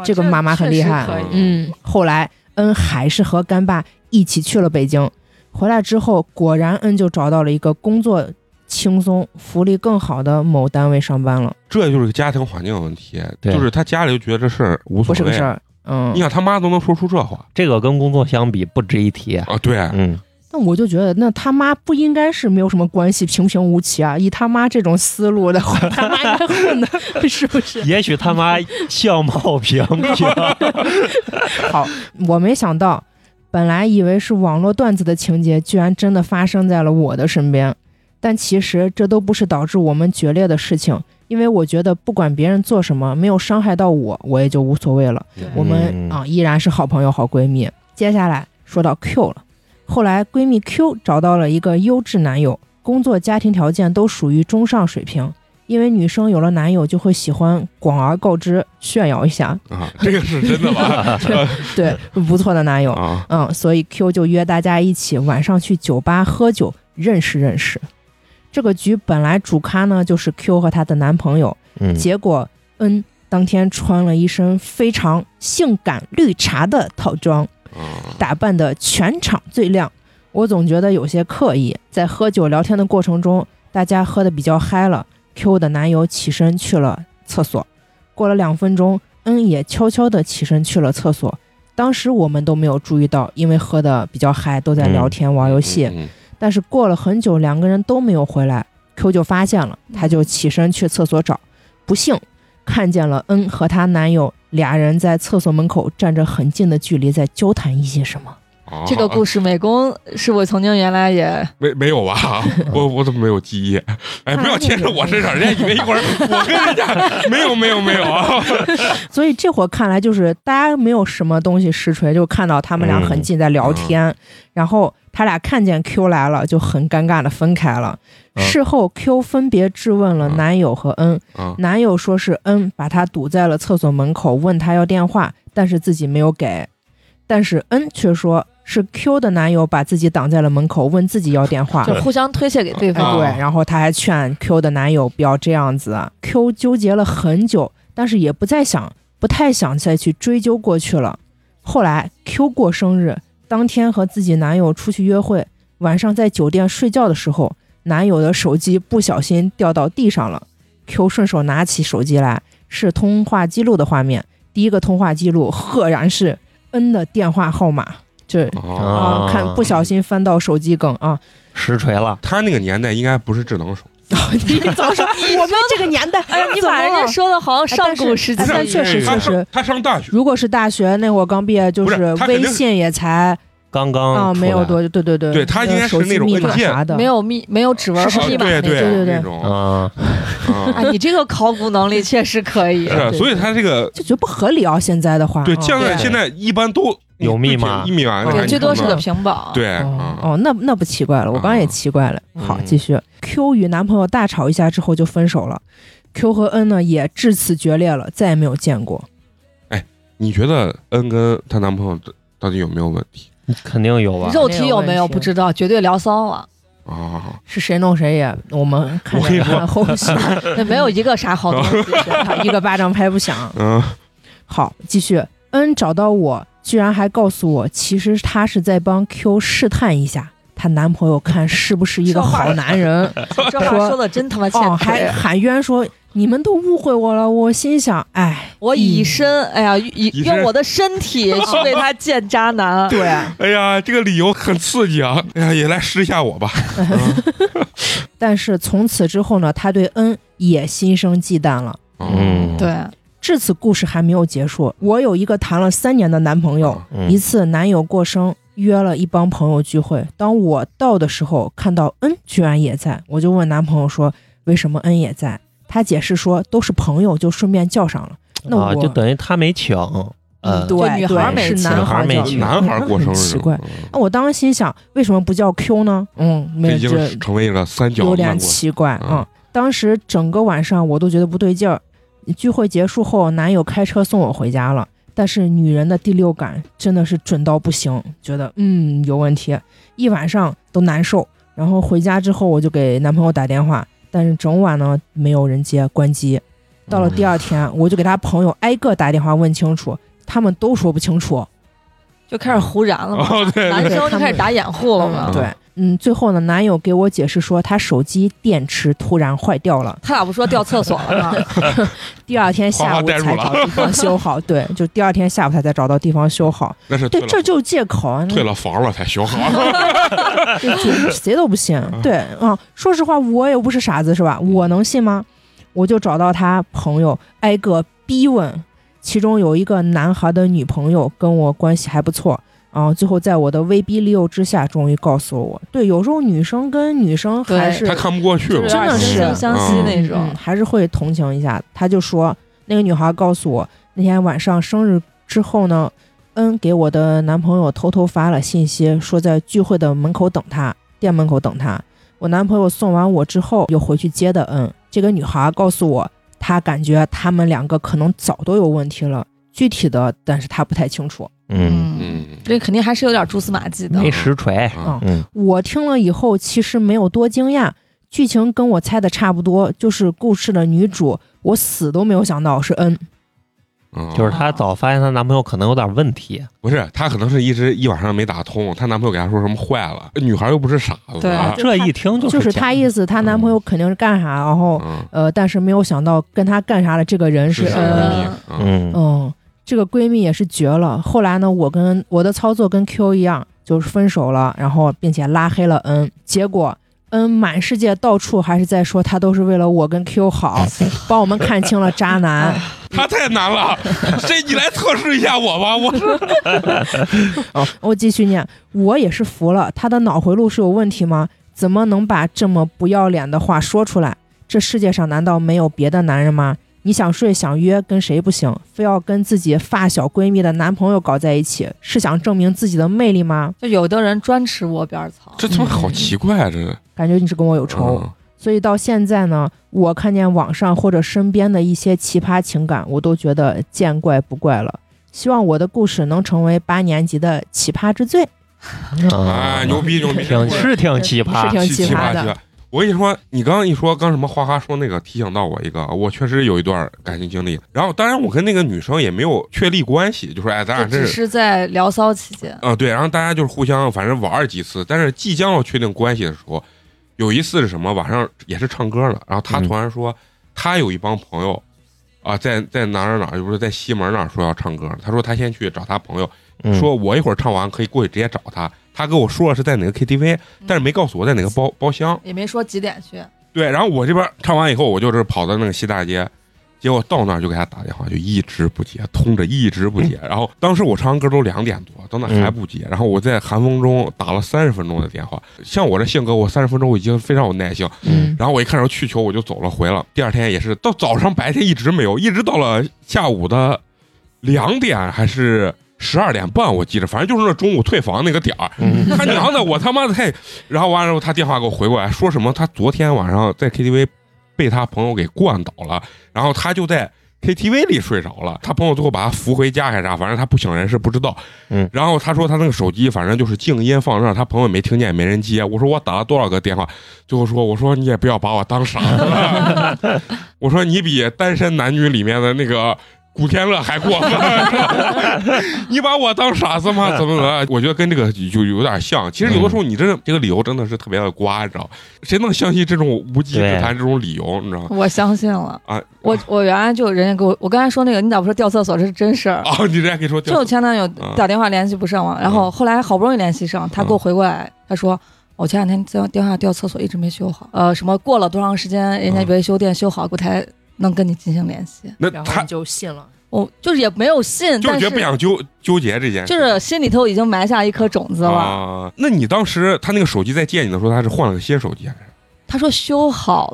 S5: 这个妈妈很厉害
S3: 确实可以
S5: 嗯，后来恩还是和干爸一起去了北京，回来之后，果然恩就找到了一个工作轻松、福利更好的某单位上班了，
S1: 这就是家庭环境问题，
S4: 对
S1: 就是他家里就觉得这事儿无
S5: 不
S1: 所
S5: 是个事
S1: 谓。
S5: 儿。嗯
S1: 你，想他妈都能说出这话
S4: 这个跟工作相比不值一提，
S1: 啊？对，
S4: 嗯，
S5: 但我就觉得，那他妈不应该是没有什么关系，平平无奇啊！以他妈这种思路的话， 他妈应该混的，是不是？
S4: 也许他妈相貌平平，
S5: 好，我没想到，本来以为是网络段子的情节，居然真的发生在了我的身边。但其实这都不是导致我们决裂的事情，因为我觉得不管别人做什么，没有伤害到我，我也就无所谓了。
S3: 对
S5: 我们、
S4: 嗯
S5: 啊依然是好朋友、好闺蜜。接下来说到 Q 了，后来闺蜜 Q 找到了一个优质男友，工作、家庭条件都属于中上水平。因为女生有了男友就会喜欢广而告之，炫耀一下，
S1: 啊，这个是真的 吧？
S5: 对，不错的男友。
S1: 啊，
S5: 嗯，所以 Q 就约大家一起晚上去酒吧喝酒，认识认识。这个局本来主咖呢就是 Q 和她的男朋友，
S4: 嗯
S5: 结果 N 当天穿了一身非常性感绿茶的套装，
S1: 啊
S5: 打扮的全场最靓。我总觉得有些刻意，在喝酒聊天的过程中，大家喝的比较嗨了，Q 的男友起身去了厕所。过了两分钟，N 也悄悄的起身去了厕所。当时我们都没有注意到，因为喝的比较嗨，都在聊天、玩游戏。
S1: 嗯
S5: 但是过了很久，两个人都没有回来，Q 就发现了，他就起身去厕所找，不幸看见了 N 和她男友俩人在厕所门口站着很近的距离，在交谈一些什么。
S1: 啊
S3: 这个故事，美工是我曾经原来也
S1: 没没有 吧？我我怎么没有记忆？哎，不要牵扯我身上，人家以为一会儿我跟人 家没有没有没有 啊！
S5: 所以这会儿看来就是大家没有什么东西实锤，就看到他们俩很近在聊天，
S1: 嗯
S5: 然后他俩看见 Q 来了，就很尴尬的分开了。
S4: 嗯
S5: 事后 Q 分别质问了
S1: 嗯
S5: 男友和 N，、
S1: 啊
S5: 男友说是 N 把他堵在了厕所门口，问他要电话，但是自己没有给，但是 N 却说是 Q 的男友把自己挡在了门口，问自己要电话
S3: 就。互相推卸给对
S5: 哎，
S3: 方。
S5: 对
S1: 啊，
S5: 然后她还劝 Q 的男友不要这样子啊。Q 纠结了很久，但是也不再想，不太想再去追究过去了。后来 Q 过生日，当天和自己男友出去约会，晚上在酒店睡觉的时候，男友的手机不小心掉到地上了。Q 顺手拿起手机来，是通话记录的画面。第一个通话记录赫然是 N 的电话号码，这
S1: 哦，
S5: 啊，
S4: 啊
S5: 看不小心翻到手机梗啊！
S4: 实锤了，
S1: 他那个年代应该不是智能手，
S5: 你早说， 我们这个年代，
S3: 哎，你把人家说的好像上古时期
S5: 哎但确实
S1: 他
S5: 确实
S1: 上，他上大学，
S5: 如果是大学那会儿刚毕业，就
S1: 不是他肯
S5: 微
S1: 定
S5: 信也才
S4: 刚刚
S5: 啊、
S4: 出来
S5: 没有多，对对对，
S1: 对他应该是
S5: 手机
S1: 那种
S5: 密码
S1: 按键
S5: 啥的，
S3: 没有密没有指纹
S5: 是
S3: 和
S1: 啊
S3: 密码
S1: 对
S3: 那
S5: 对
S3: 种。
S5: 对对
S1: 那种
S4: 啊，
S1: 啊，
S3: 哎，你这个考古能力确实可以。
S5: 哎对
S1: 是，啊
S5: 对
S1: 所以他这个
S5: 就觉得不合理啊！现在的话，
S1: 对，
S5: 啊
S1: 将来
S3: 对
S1: 现在一般都
S4: 有密码
S1: 一密码那啥
S3: 对，
S1: 你
S3: 最多是
S1: 看
S3: 个
S1: 看
S3: 屏保。，
S1: 对
S5: 哦
S1: 啊，
S5: 哦，那那不奇怪了，我刚刚也奇怪了。好，
S1: 嗯
S5: 继续。Q 与男朋友大吵一架之后就分手了，Q 和 N 呢也至此决裂了，再也没有见过。
S1: 你觉得恩跟她男朋友到底有没有问题
S4: 肯定有吧？
S3: 肉体有没有
S5: 没有问题
S3: 不知道，绝对聊骚 了，
S1: 啊？
S5: 是谁弄谁也，我们看
S1: 我跟你
S5: 着看后续，
S3: 那没有一个啥好东西。
S5: 一个巴掌拍不响。
S1: 嗯，
S5: 好，继续。N 找到我，居然还告诉我，其实她是在帮 Q 试探一下她男朋友，看是不是一个好男人。
S3: 这话说的真他妈欠
S5: 哦，还
S3: 腿。
S5: 喊冤说你们都误会我了。我心想，哎，
S3: 我以身，哎呀，以
S1: 以身
S3: 用我的身体去为他见渣男。
S5: 对，
S1: 哎呀，这个理由很刺激啊！ 哎呀，也来试一下我吧。
S5: 但是从此之后呢，他对 N 也心生忌惮了。
S1: 哦
S4: 嗯，，
S3: 对，
S5: 至此故事还没有结束。我有一个谈了三年的男朋友，
S4: 嗯
S5: 一次男友过生约了一帮朋友聚会，当我到的时候，看到 N 居然也在，我就问男朋友说为什么 N 也在，他解释说都是朋友，就顺便叫上了。那我、嗯
S4: 啊，就等于他没请，
S1: 嗯
S4: 呃，
S5: 对
S3: 就女孩
S5: 对
S3: 没
S5: 是
S3: 请
S5: 男
S4: 女孩没
S5: 叫
S4: 请
S1: 男孩过生
S5: 很
S1: 日
S5: 奇怪。
S1: 嗯
S5: 那我当时心想，为什么不叫 Q 呢？嗯，没
S1: 这
S5: 有
S1: 已经成为一个三角
S5: 有
S1: 漫
S5: 点
S1: 过。
S5: 奇怪啊、
S1: 嗯
S5: 嗯当时整个晚上我都觉得不对劲儿。聚会结束后，男友开车送我回家了。但是女人的第六感真的是准到不行，觉得嗯有问题，一晚上都难受。然后回家之后，我就给男朋友打电话，但是整晚呢没有人接，关机。到了第二
S1: 嗯
S5: 天，我就给他朋友挨个打电话问清楚，他们都说不清楚。
S3: 就开始胡然了嘛。
S1: 哦，对
S3: 男
S1: 对，
S3: 生就开始打掩护了嘛。
S5: 嗯对，嗯，最后呢，男友给我解释说，他手机电池突然坏掉了。
S3: 他俩不说掉厕所了吗？
S5: 第二天下午才找地方修好， 对，就第二天下午他才找到地方修好，
S1: 那是
S5: 对
S1: 退，了
S5: 这就是借口啊，
S1: 退了房了才修好。
S5: 这这谁都不信，对啊、嗯说实话，我也不是傻子，是吧？我能信
S1: 嗯
S5: 吗？我就找到他朋友，挨个逼问，其中有一个男孩的女朋友跟我关系还不错。啊，最后在我的威逼利诱之下，终于告诉了我。对，有时候女生跟女生还
S3: 对
S5: 是
S1: 他看不过去
S3: 就
S1: 了，嗯
S3: 有点
S5: 真的是
S3: 惺惺相惜那
S5: 嗯
S3: 种
S5: 嗯，。还是会同情一下。他就说，那个女孩告诉我，那天晚上生日之后呢，恩给我的男朋友偷偷发了信息，说在聚会的门口等他，店门口等他。我男朋友送完我之后，又回去接的恩。这个女孩告诉我，她感觉他们两个可能早都有问题了，具体的，但是她不太清楚。
S4: 嗯，
S1: 嗯
S3: 这肯定还是有点蛛丝马
S5: 嗯
S3: 迹的。
S4: 没实锤，
S5: 哎
S1: 啊
S4: 嗯，
S5: 我听了以后其实没有多惊讶，剧情跟我猜的差不多，就是故事的女主，我死都没有想到是恩。
S1: 嗯
S4: 就是她早发现她男朋友可能有点问题，
S1: 不是她可能是一直一晚上没打通，她男朋友给她说什么坏了，女孩又不是傻子，
S3: 对啊
S4: 这一听就
S5: 就是
S4: 假
S5: 她意思，她男朋友肯定是干啥，然后
S1: 嗯，
S5: 呃，但是没有想到跟她干啥的这个人是
S1: 是
S3: 的
S1: 傻闺
S3: 嗯
S5: 恩。
S1: 蜜，嗯
S4: 嗯
S5: 嗯，这个闺蜜也是绝了。后来呢，我跟我的操作跟 Q 一样，就是分手了，然后并且拉黑了 N。结果 N 满世界到处还是在说他都是为了我跟 Q 好，帮我们看清了渣男。
S1: 他太难了，这你来测试一下我吧，我是
S5: 我继续念，我也是服了，他的脑回路是有问题吗？怎么能把这么不要脸的话说出来？这世界上难道没有别的男人吗？你想睡想约跟谁不行，非要跟自己发小闺蜜的男朋友搞在一起，是想证明自己的魅力吗？
S3: 就有的人专吃窝边草，
S1: 这他妈好奇怪啊，这
S5: 感觉你是跟我有仇。
S1: 嗯
S5: 所以到现在呢，我看见网上或者身边的一些奇葩情感，我都觉得见怪不怪了。希望我的故事能成为八年级的奇葩之最。
S1: 啊，牛逼牛逼，
S4: 挺是挺奇葩，
S5: 嗯是挺
S1: 奇
S5: 奇葩
S1: 的
S5: 的。
S1: 我跟你说，你刚刚一说，刚什么花花说那个，提醒到我一个，我确实有一段感情经历。然后，当然我跟那个女生也没有确立关系，就说哎，咱俩
S3: 就
S1: 真
S3: 只
S1: 是
S3: 是在聊骚期间，
S1: 啊、对。然后大家就是互相反正玩儿几次，但是即将要确定关系的时候，有一次是什么？晚上也是唱歌了，然后他
S4: 嗯
S1: 突然说，他有一帮朋友啊，在在哪儿哪儿哪儿，就不是在西门那儿说要唱歌，他说他先去找他朋友，
S4: 嗯
S1: 说我一会儿唱完可以过去直接找他。他跟我说了是在哪个 KTV，但是没告诉我在哪个包包厢。
S3: 也没说几点去，
S1: 对，然后我这边唱完以后，我就是跑到那个西大街，结果到那儿就给他打电话，就一直不接，通着一直不接。然后当时我唱完歌都两点多，到那还不接，然后我在寒风中打了三十分钟的电话。像我这性格，我三十分钟我已经非常有耐性。
S5: 嗯，
S1: 然后我一看着去球，我就走了，回了。第二天也是到早上白天一直没有，一直到了下午的两点还是十二点半，我记着，反正就是那中午退房那个点儿。
S4: 嗯
S1: 他娘的，我他妈的太……然后完了之后，他电话给我回过来，说什么他昨天晚上在 KTV 被他朋友给灌倒了，然后他就在 KTV 里睡着了，他朋友最后把他扶回家还是啥，反正他不省人事不知道。
S4: 嗯，
S1: 然后他说他那个手机反正就是静音放那儿，他朋友也没听见也没人接。我说我打了多少个电话，最后说我说你也不要把我当傻子， 我说你比单身男女里面的那个。古天乐还 过分，你把我当傻子吗？怎么怎么样？我觉得跟这个就有点像。其实有的时候你真的这个理由真的是特别的瓜，你知道吗？谁能相信这种无稽之谈这种理由？你知道吗？
S3: 我相信了。
S1: 哦啊
S3: 我我原来就有人家给我，我刚才说那个，你咋不说掉厕所？这是真事儿。
S1: 哦，你嗯人家可以说
S3: 就我前男友打电话联系不上嘛，然后后来好不容易联系上，他给我回过来，他说我前两天电电话掉厕所一直没修好，呃，什么过了多长时间人家维修店修好，我才能跟你进行联系。
S1: 那
S5: 然后
S1: 他
S5: 你就信了。
S3: 我就是也没有信，
S1: 就是
S3: 但
S1: 觉得不
S3: 是
S1: 想纠纠结这件事，
S3: 就是心里头已经埋下一颗种子了。
S1: 啊。那你当时他那个手机在借你的时候，他是换了个新手机还是？
S3: 他说修好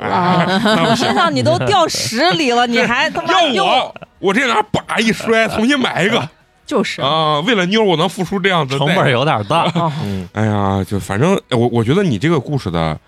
S1: 哎
S5: 啊
S3: 了，
S1: 那不行
S3: 身上你都掉十里了，你还他妈
S1: 要
S3: 用？
S1: 我，我这拿叭一摔，重新买一个
S5: 就是
S1: 啊！为了妞，我能付出这样的
S4: 成
S1: 代价
S4: 本有点大。
S5: 哦
S4: 嗯，
S1: 哎呀，就反正哎我我觉得你这个故事的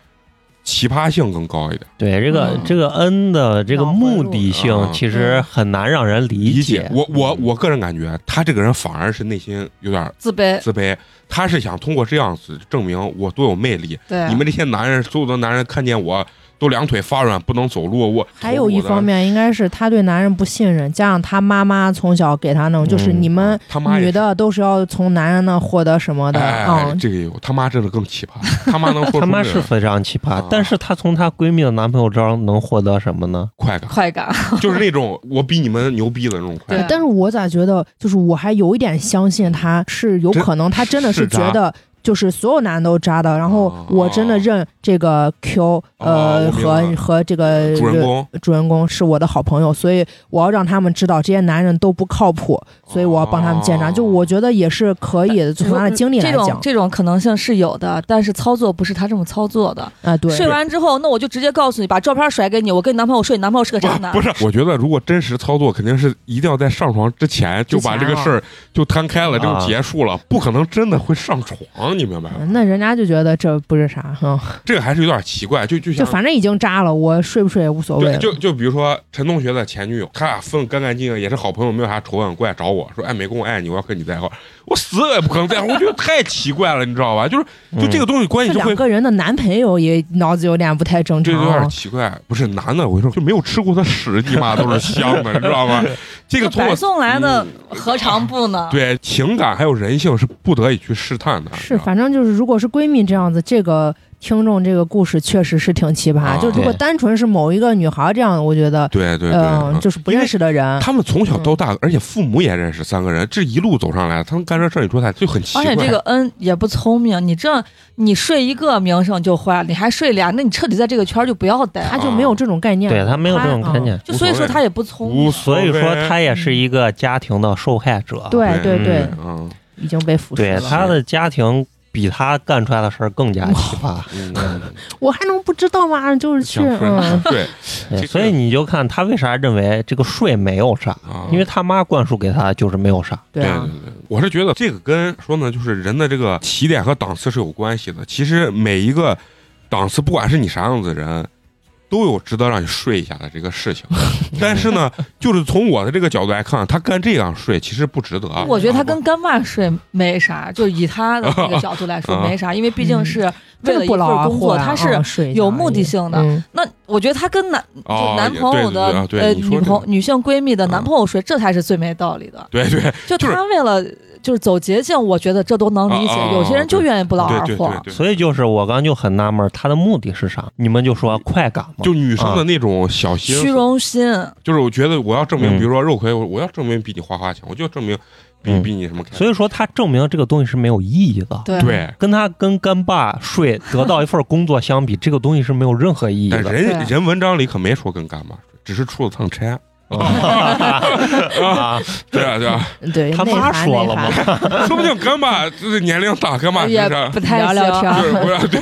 S1: 奇葩性更高一点，
S4: 对，这个
S5: 嗯
S4: 这个 N 的这个目的
S1: 脑回路
S4: 性
S1: 嗯
S4: 其实很难让人理
S1: 解。我我我个人感觉，他这个人反而是内心有点
S3: 自卑，
S1: 自卑，他是想通过这样子证明我多有魅力。
S3: 对
S1: 你们这些男人，所有的男人看见我都两腿发软，不能走路。我
S5: 还有一方，面，应该是他对男人不信任，加上他妈妈从小给他弄，就是
S4: 嗯
S5: 你们
S1: 啊他妈也
S5: 女
S1: 是
S5: 的都是要从男人那获得什么的
S1: 哎，
S5: 嗯，
S1: 这个也有，他妈真的更奇葩， 他妈能说出
S4: 他妈
S1: 这
S4: 是
S1: 种
S4: 非常奇葩
S1: 啊，
S4: 但是她从她闺蜜的男朋友这儿能获得什么呢？
S1: 快感，
S3: 快感。
S1: 就是那种我比你们牛逼的那种快
S5: 哎
S1: 感。
S3: 对
S5: 但是我咋觉得，就是我还有一点相信他是有
S1: 真
S5: 可能，他真的
S1: 是
S5: 是
S1: 渣
S5: 觉得就是所有男的都渣的，然后
S1: 哦
S5: 我真的认这个 Q
S1: 哦
S5: 呃
S1: 我明白
S5: 和
S1: 了呃
S5: 和这个
S1: 主人公，
S5: 主人公是我的好朋友，所以我要让他们知道这些男人都不靠谱，所以我要帮他们建
S1: 哦
S5: 渣。就我觉得也是可以的，从他的经历来
S3: 哎这种
S5: 讲
S3: 这种可能性是有的，但是操作不是他这么操作的。
S5: 啊，对，
S3: 睡完之后，那我就直接告诉你，把照片甩给你，我跟你男朋友睡，你男朋友是个渣 男。
S1: 不是，我觉得如果真实操作，肯定是一定要在上床之前就把这个事儿就摊开了，
S4: 之前啊
S1: 就结束
S5: 嗯
S1: 了，不可能真的会上床，你明白吗？
S5: 那人家就觉得这不是啥，嗯，
S1: 这个还是有点奇怪，就就
S5: 就
S1: 像
S5: 反正已经渣了，我睡不睡也无所谓
S1: 对，
S5: 了。
S1: 就就比如说陈同学的前女友，他俩分得干干净净，也是好朋友，没有啥仇恨，过来找我说：“哎，美工，我爱你，我要跟你在一块儿。”我死也不可能在一块儿，我觉得太奇怪了，你知道吧？就是就这个东西关
S5: 这
S1: 系就会
S5: 两个人的男朋友也脑子有点不太正
S1: 这
S5: 常
S1: 有
S5: 啊，
S1: 点奇怪，不是男的，我跟你说就没有吃过他屎，你妈都是香的，你知道吗？这个
S3: 这
S1: 从
S3: 白
S1: 我
S3: 送来的，何尝不呢？
S1: 对情感还有人性是不得已去试探的。
S5: 是，反正就是，如果是闺蜜这样子，这个听众这个故事确实是挺奇葩。
S1: 啊
S5: 就如果
S4: 对
S5: 单纯是某一个女孩这样，我觉得，
S1: 对对对，
S5: 嗯、
S1: 嗯
S5: 就是不认识的人，
S1: 他们从小到大，而且父母也认识三个人，这一路走上来，他们干这事儿你说他就很奇
S3: 而且
S1: 怪。
S3: 这个恩也不聪明，你这你睡一个名声就坏了，你还睡俩，那你彻底在这个圈儿就不要待
S5: 她
S3: 了。
S5: 就没有这种概念。
S4: 嗯
S5: 啊
S4: 对她没有这种
S5: 哦
S4: 概念，
S3: 就所以说他也不聪
S1: 无
S3: 明，
S1: 所
S4: 所以说
S1: 谓
S4: 她也是一个家庭的受害者。
S5: 对对
S4: 嗯
S5: 对，
S1: 嗯
S5: 已经被腐
S4: 对
S5: 蚀了。
S4: 她的家庭比她干出来的事儿更加奇葩。
S1: 嗯，
S5: 我还能不知道吗？就是去，
S1: 想说
S5: 嗯，
S1: 对这
S4: 对
S1: 个
S4: 所以你就看她为啥认为这个睡没有啥，
S1: 啊，
S4: 因为她妈灌输给她就是没有啥。
S5: 对啊
S1: 对，对对，我是觉得这个跟说呢，就是人的这个起点和档次是有关系的。其实每一个档次，不管是你啥样子的人，都有值得让你睡一下的这个事 情，但是呢，就是从我的这个角度来看，他干这样睡其实不值得。啊
S3: 我觉得他跟干妈睡没啥，就以他的那个角度来说
S1: 啊
S3: 没啥，因为毕竟是为
S5: 嗯这
S3: 了
S5: 个
S3: 一
S5: 不
S3: 份
S5: 劳而
S3: 工
S5: 获
S3: 作，
S5: 呀，
S3: 他是
S5: 啊睡一觉
S3: 有
S5: 而
S3: 目
S5: 已
S3: 的性的。
S5: 嗯
S3: 那我觉得他跟男
S1: 哦
S3: 就，男朋友的
S1: 也对
S3: 呃
S1: 对对啊对你
S3: 女
S1: 说这
S3: 朋
S1: 个
S3: 女性闺蜜的男
S1: 嗯
S3: 朋友睡，这才是最没道理的。
S1: 对对
S3: 就
S1: 就是
S3: 他为了就是走捷径，我觉得这都能理解
S1: 啊啊啊。啊
S3: 有些人就愿意不劳
S1: 对
S3: 而
S1: 对
S3: 获
S1: 对，对，
S4: 所以就是我刚就很纳闷，他的目的是啥？你们就说快感嘛，
S1: 就女生的那种小心思
S3: 嗯虚荣心。
S1: 就是我觉得我要证明，
S4: 嗯
S1: 比如说肉葵，我我要证明比你花花强，我就证明比
S4: 嗯
S1: 比你什么开。
S4: 所以说他证明这个东西是没有意义的。
S3: 对
S1: 对，
S4: 跟他跟干爸睡得到一份工作相比，这个东西是没有任何意义
S1: 但
S4: 的。
S1: 人
S3: 对
S1: 人文章里可没说跟干嘛，只是出了趟差。
S4: 啊，
S1: 对啊对啊，
S5: 对，
S4: 他
S5: 内
S4: 妈
S5: 涵
S4: 说
S5: 内
S4: 了
S5: 涵
S4: 吗
S1: 说不定干嘛就是年龄大，干嘛就
S3: 也
S1: 是
S3: 哎不太
S5: 聊
S3: 行啊
S5: 聊天
S1: 就是我要对。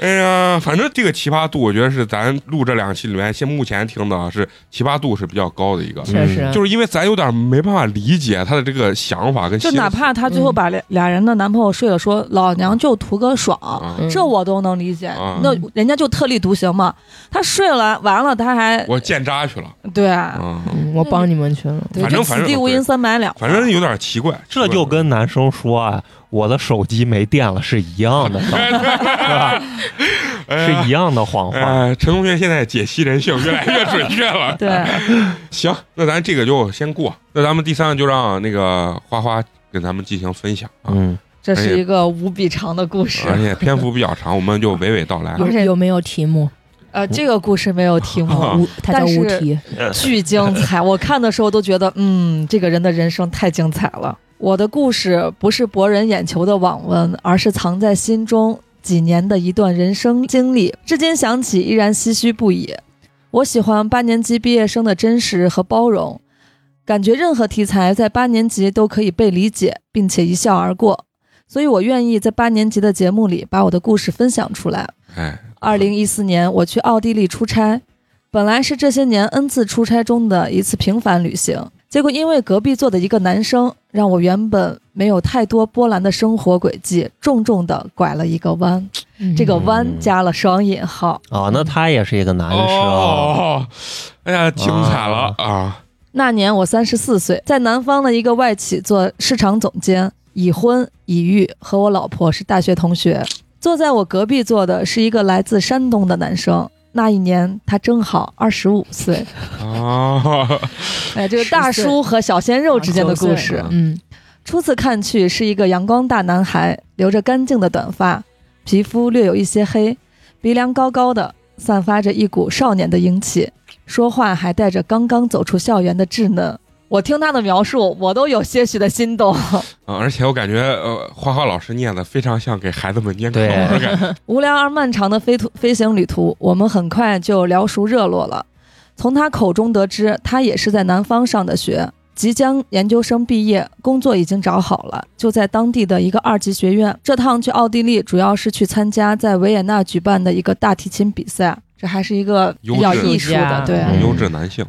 S1: 哎呀，反正这个奇葩度，我觉得是咱录这两期里面，现目前听的啊是奇葩度是比较高的一个，
S5: 确实，
S1: 就是因为咱有点没办法理解他的这个想法跟
S3: 就
S1: 心思。
S3: 哪怕她
S5: 嗯
S3: 最后把俩俩人的男朋友睡了，说老娘就图个爽，
S1: 啊，
S5: 嗯
S3: 这我都能理解
S1: 啊。
S3: 那人家就特立独行嘛，她睡了完了，她还
S1: 我见渣去 了
S3: 对
S1: 啊，
S5: 嗯我帮你们去了。
S3: 对
S1: 反正
S3: 就
S1: 反正
S3: 此地无银三百两，。
S1: 反正有点奇怪。
S4: 这就
S1: 奇怪
S4: 跟男生说啊，我的手机没电了是一样 的，是吧？
S1: 哎呀
S4: 是一样的谎话。
S1: 呃，陈同学现在解析人性越来越准确了
S3: 对，
S1: 行，那咱这个就先过。那咱们第三个就让那个花花跟咱们进行分享啊，
S4: 嗯，
S3: 这是一个无比长的故事
S1: 而。且篇幅比较长，我们就娓娓道来。
S5: 有
S3: 而且
S5: 有没有题目？
S3: 呃，这个故事没有题 目，
S1: 啊
S5: 无，它叫
S3: 但是
S5: 无题。
S3: 巨精彩！ 我看的时候都觉得，嗯，这个人的人生太精彩了。我的故事不是博人眼球的网文，而是藏在心中几年的一段人生经历，至今想起依然唏嘘不已。我喜欢八年级毕业生的真实和包容，感觉任何题材在八年级都可以被理解，并且一笑而过。所以我愿意在八年级的节目里把我的故事分享出来。
S1: 哎，
S3: 二零一四年，我去奥地利出差，本来是这些年 n 次出差中的一次平凡旅行，结果因为隔壁座的一个男生，让我原本没有太多波澜的生活轨迹，重重的拐了一个弯。这个弯加了双引号。
S4: 啊，那他也是一个男生。啊
S1: 哦，哎呀，精彩了啊！
S3: 那年我三十四岁，在南方的一个外企做市场总监，已婚已育，和我老婆是大学同学。坐在我隔壁坐的是一个来自山东的男生，那一年他正好二十五岁。
S1: 啊，
S3: 哎，这个
S5: 十
S3: 大
S5: 岁啊
S3: 叔和小鲜肉之间的故事，
S5: 嗯，
S3: 初次看去是一个阳光大男孩，留着干净的短发，皮肤略有一些黑，鼻梁高高的，散发着一股少年的英气，说话还带着刚刚走出校园的稚嫩。我听他的描述，我都有些许的心动。
S1: 啊而且我感觉呃，花花老师念的非常像给孩子们念课文的感觉。
S3: 无聊而漫长的飞途飞行旅途，我们很快就聊熟热络了。从他口中得知，他也是在南方上的学，即将研究生毕业，工作已经找好了，就在当地的一个二级学院。这趟去奥地利主要是去参加在维也纳举办的一个大提琴比赛，这还是一个比较
S1: 优质
S3: 艺术
S5: 家
S3: 的，对。
S4: 嗯
S1: 优质男性，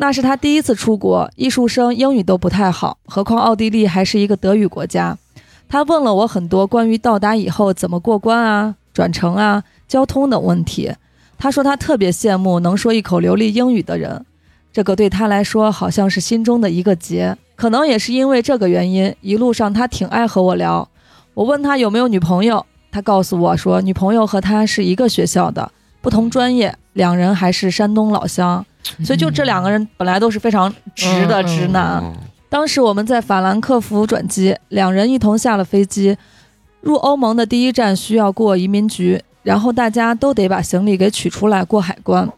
S3: 那是他第一次出国，艺术生英语都不太好，何况奥地利还是一个德语国家。他问了我很多关于到达以后怎么过关啊、转乘啊、交通等问题。他说他特别羡慕能说一口流利英语的人，这个对他来说好像是心中的一个结。可能也是因为这个原因，一路上他挺爱和我聊。我问他有没有女朋友，他告诉我说女朋友和他是一个学校的，不同专业，两人还是山东老乡。所以就这两个人本来都是非常直的
S5: 嗯
S3: 直男。
S1: 嗯
S3: 当时我们在法兰克福转机，两人一同下了飞机。入欧盟的第一站需要过移民局，然后大家都得把行李给取出来过海关。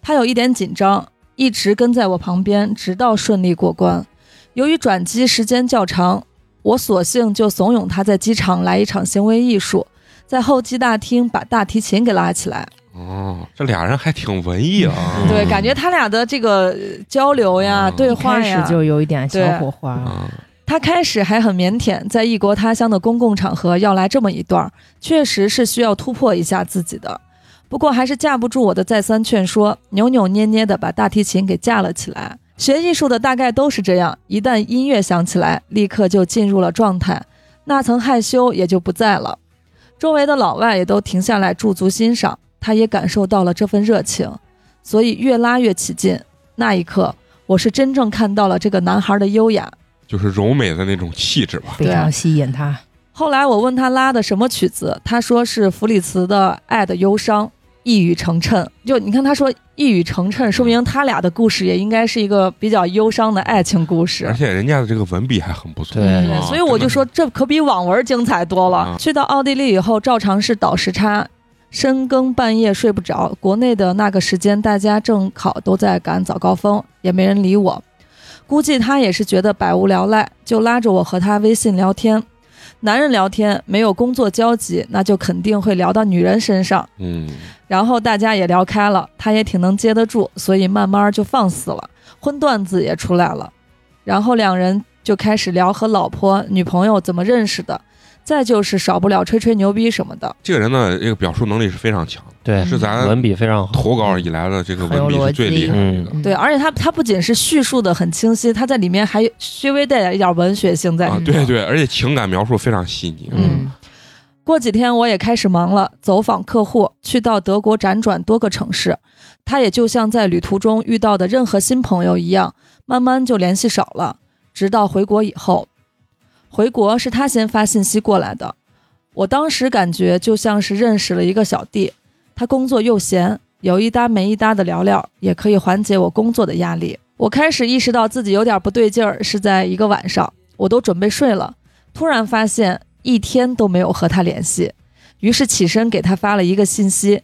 S3: 他有一点紧张，一直跟在我旁边，直到顺利过关。由于转机时间较长，我索性就怂恿他在机场来一场行为艺术，在候机大厅把大提琴给拉起来。
S1: 哦，这俩人还挺文艺
S4: 嗯
S1: 啊。
S3: 对，感觉他俩的这个呃交流呀、
S1: 嗯
S3: 对
S5: 一
S3: 话
S5: 开
S3: 呀，
S5: 始就有一点小
S3: 对
S5: 火花，
S1: 啊，
S3: 他开始还很腼腆，在异国他乡的公共场合要来这么一段儿，确实是需要突破一下自己的。不过还是架不住我的再三劝说，扭扭捏捏的把大提琴给架了起来。学艺术的大概都是这样，一旦音乐响起来，立刻就进入了状态，那层害羞也就不在了。周围的老外也都停下来驻足欣赏。他也感受到了这份热情，所以越拉越起劲。那一刻，我是真正看到了这个男孩的优雅。
S1: 就是柔美的那种气质吧。
S5: 非
S3: 对
S5: 常吸引他。
S3: 后来我问他拉的什么曲子，他说是弗里茨的《爱的忧伤》，一语成谶。就你看他说一语成谶，说明他俩的故事也应该是一个比较忧伤的爱情故事
S1: 而。且人家的这个文笔还很不错，
S4: 对
S3: 对
S1: 啊
S3: 嗯所以我就说，这可比网文精彩多了
S1: 啊。
S3: 去到奥地利以后，照常是倒时差，深更半夜睡不着。国内的那个时间，大家正好都在赶早高峰，也没人理我。估计他也是觉得百无聊赖，就拉着我和他微信聊天。男人聊天没有工作交集，那就肯定会聊到女人身上。
S1: 嗯，
S3: 然后大家也聊开了，他也挺能接得住，所以慢慢就放肆了，荤段子也出来了。然后两人就开始聊和老婆、女朋友怎么认识的，再就是少不了吹吹牛逼什么的。
S1: 这个人呢，这个表述能力是非常强的，
S4: 对，
S1: 是咱
S4: 文笔非常好，
S1: 投稿以来的这个
S5: 很有
S1: 文笔是最
S5: 逻辑
S1: 厉害的一个。
S5: 嗯
S3: 对，而且他他不仅是叙述的很清晰，他在里面还有稍微带一点文学性在里
S1: 啊
S3: 面。，
S1: 对对，而且情感描述非常细腻。啊
S5: 嗯，
S3: 过几天我也开始忙了，走访客户，去到德国辗转多个城市。他也就像在旅途中遇到的任何新朋友一样，慢慢就联系少了，直到回国以后。回国是他先发信息过来的，我当时感觉就像是认识了一个小弟，他工作又闲，有一搭没一搭的聊聊，也可以缓解我工作的压力。我开始意识到自己有点不对劲儿，是在一个晚上，我都准备睡了，突然发现一天都没有和他联系，于是起身给他发了一个信息。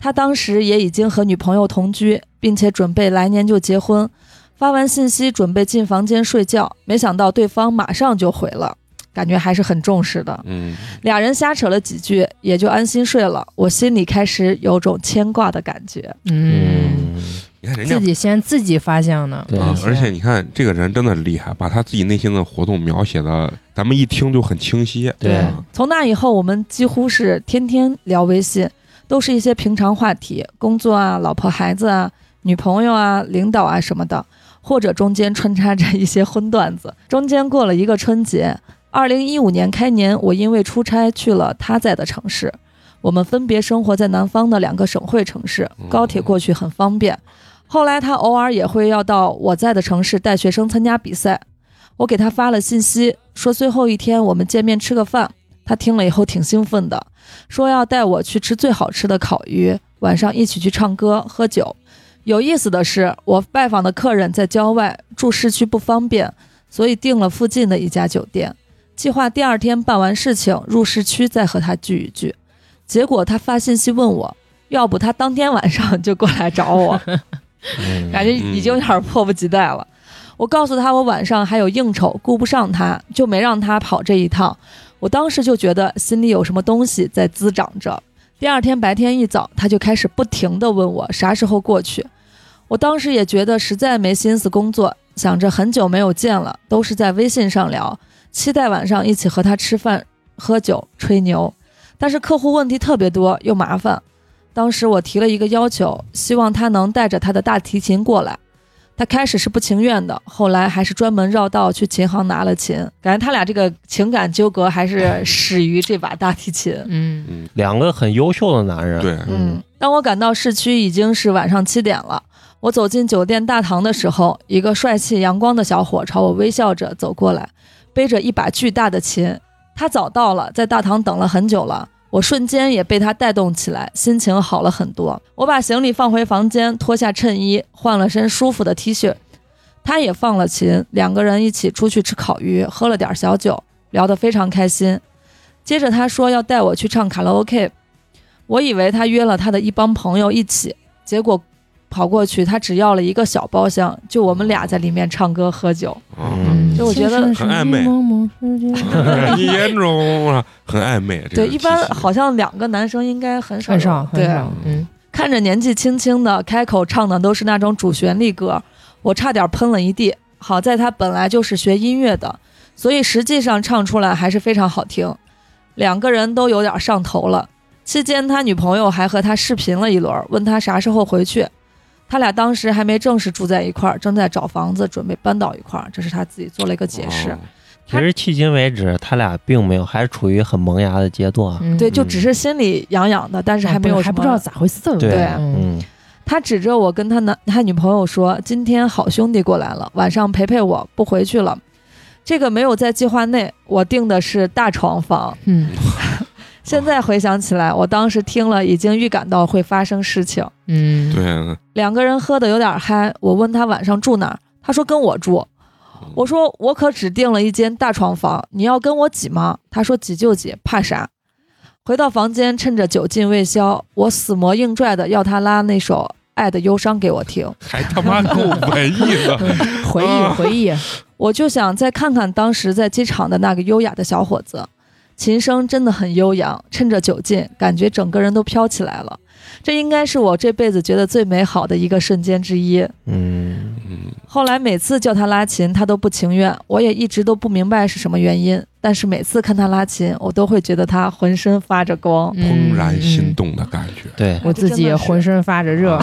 S3: 他当时也已经和女朋友同居，并且准备来年就结婚。发完信息准备进房间睡觉，没想到对方马上就回了，感觉还是很重视的。
S1: 嗯，
S3: 俩人瞎扯了几句，也就安心睡了。我心里开始有种牵挂的感觉。
S5: 嗯，
S4: 嗯，
S1: 你看人家
S5: 自，己先自己发现的，
S4: 对
S1: 啊
S5: 一些
S1: 而且你看这个人真的厉害，把他自己内心的活动描写的，咱们一听就很清晰。
S4: 对，
S3: 从那以后，我们几乎是天天聊微信，都是一些平常话题，工作啊、老婆、孩子啊、女朋友啊、领导啊什么的，或者中间穿插着一些荤段子。 中间过了一个春节，二零一五年开年，我因为出差去了他在的城市，我们分别生活在南方的两个省会城市，高铁过去很方便。后来他偶尔也会要到我在的城市带学生参加比赛，我给他发了信息说最后一天我们见面吃个饭。他听了以后挺兴奋的，说要带我去吃最好吃的烤鱼，晚上一起去唱歌喝酒。有意思的是，我拜访的客人在郊外，住市区不方便，所以订了附近的一家酒店，计划第二天办完事情入市区再和他聚一聚。结果他发信息问我，要不他当天晚上就过来找我，
S4: 嗯
S3: 感觉已经有点迫不及待了。我告诉他我晚上还有应酬，顾不上他，就没让他跑这一趟。我当时就觉得心里有什么东西在滋长着。第二天白天一早，他就开始不停地问我啥时候过去。我当时也觉得实在没心思工作，想着很久没有见了，都是在微信上聊，期待晚上一起和他吃饭、喝酒、吹牛。但是客户问题特别多又麻烦，当时我提了一个要求，希望他能带着他的大提琴过来。他开始是不情愿的，后来还是专门绕道去琴行拿了琴。感觉他俩这个情感纠葛还是始于这把大提琴。
S5: 嗯，
S1: 嗯，
S4: 两个很优秀的男人，
S1: 对
S3: 嗯，当我赶到市区已经是晚上七点了。我走进酒店大堂的时候，一个帅气阳光的小伙朝我微笑着走过来，背着一把巨大的琴。他早到了，在大堂等了很久了。我瞬间也被他带动起来，心情好了很多。我把行李放回房间，脱下衬衣，换了身舒服的 T 恤。他也放了琴，两个人一起出去吃烤鱼，喝了点小酒，聊得非常开心。接着他说要带我去唱卡拉 OK，我以为他约了他的一帮朋友一起，结果跑过去，他只要了一个小包厢，就我们俩在里面唱歌喝酒。
S1: 嗯，
S5: 嗯
S3: 就 我觉得
S5: 青春是
S1: 很暧昧
S5: 迷蒙蒙世界
S1: 你眼中啊很暧昧。这个
S3: 对，
S1: 气息
S3: 一般好像两个男生应该很少有
S5: 很少很
S3: 对，
S5: 少，嗯，
S3: 看着年纪轻轻的，开口唱的都是那种主旋律歌，我差点喷了一地。好在他本来就是学音乐的，所以实际上唱出来还是非常好听。两个人都有点上头了。期间，他女朋友还和他视频了一轮，问他啥时候回去。他俩当时还没正式住在一块儿，正在找房子，准备搬到一块儿，这是他自己做了一个解释。
S1: 哦
S4: 其实迄今为止，他俩并没有，还是处于很萌芽的阶段。啊
S5: 嗯哦
S3: 对，就只是心里痒痒的，但是还没有
S5: 还
S3: 什
S5: 不知
S3: 么
S5: 道咋回事儿。
S3: 对
S5: 嗯
S4: 嗯，
S3: 他指着我跟他男他女朋友说：“今天好兄弟过来了，晚上陪陪我，不回去了。”这个没有在计划内，我订的是大床房。
S5: 嗯
S3: 现在回想起来，我当时听了已经预感到会发生事情。
S5: 嗯，
S1: 对，
S3: 两个人喝的有点嗨，我问他晚上住哪儿，他说跟我住。我说我可只订了一间大床房，你要跟我挤吗？他说挤就挤，怕啥？回到房间，趁着酒劲未消，我死磨硬拽的要他拉那首《爱的忧伤》给我听。
S1: 还他妈够文艺的，
S5: 回忆
S1: 啊
S5: 回忆，
S3: 我就想再看看当时在机场的那个优雅的小伙子，琴声真的很悠扬，趁着酒劲，感觉整个人都飘起来了。这应该是我这辈子觉得最美好的一个瞬间之一。
S4: 嗯，
S1: 嗯，
S3: 后来每次叫他拉琴，他都不情愿，我也一直都不明白是什么原因。但是每次看他拉琴，我都会觉得他浑身发着光。
S1: 怦然
S5: 嗯
S1: 心。动的感觉。
S4: 对
S5: 我自己也浑身发着热，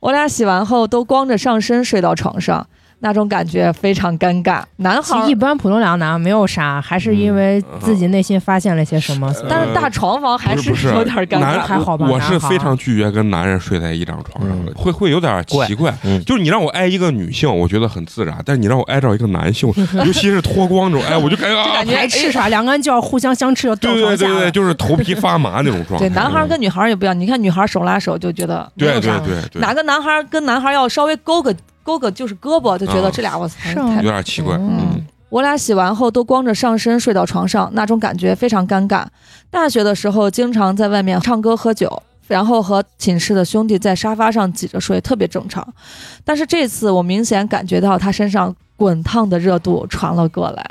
S3: 我俩洗完后都光着上身睡到床上，那种感觉非常尴尬。男
S5: 其
S3: 孩
S5: 实
S3: 儿
S5: 一，般普通两男没有啥，还是因为自己内心发现了些什么。
S1: 嗯
S3: 但是大床房还
S1: 不是不是
S3: 有点尴
S1: 男
S3: 尬。
S5: 还好吧
S1: 我是
S5: 还好
S1: 非常拒绝跟男人睡在一张床上的，
S4: 嗯
S1: 会会有点奇怪。
S4: 嗯
S1: 就是你让我爱一个女性，我觉得很自然；但是你让我爱着一个男 性，尤其是脱光之后，哎，我就感觉啊
S3: 感，觉
S5: 排斥啥？两个人就要互相相斥，要
S1: 对
S5: 照
S1: 对对
S5: 床下
S1: 对，
S5: 了。
S1: 就是头皮发麻那种状态。
S3: 对，男孩儿跟女孩儿也不一样。你看女孩儿手拉手就觉得，
S1: 对
S5: 没有
S1: 对
S5: 啥
S1: 对对，
S3: 哪个男孩儿跟男孩儿要稍微勾个勾个就是胳膊，就觉得
S1: 啊
S3: 这俩我操
S5: 是啊
S3: 太
S1: 有点奇怪。
S3: 嗯
S1: 嗯，
S3: 我俩洗完后都光着上身睡到床上，那种感觉非常尴尬。大学的时候经常在外面唱歌喝酒，然后和寝室的兄弟在沙发上挤着睡，特别正常。但是这次我明显感觉到他身上滚烫的热度传了过来，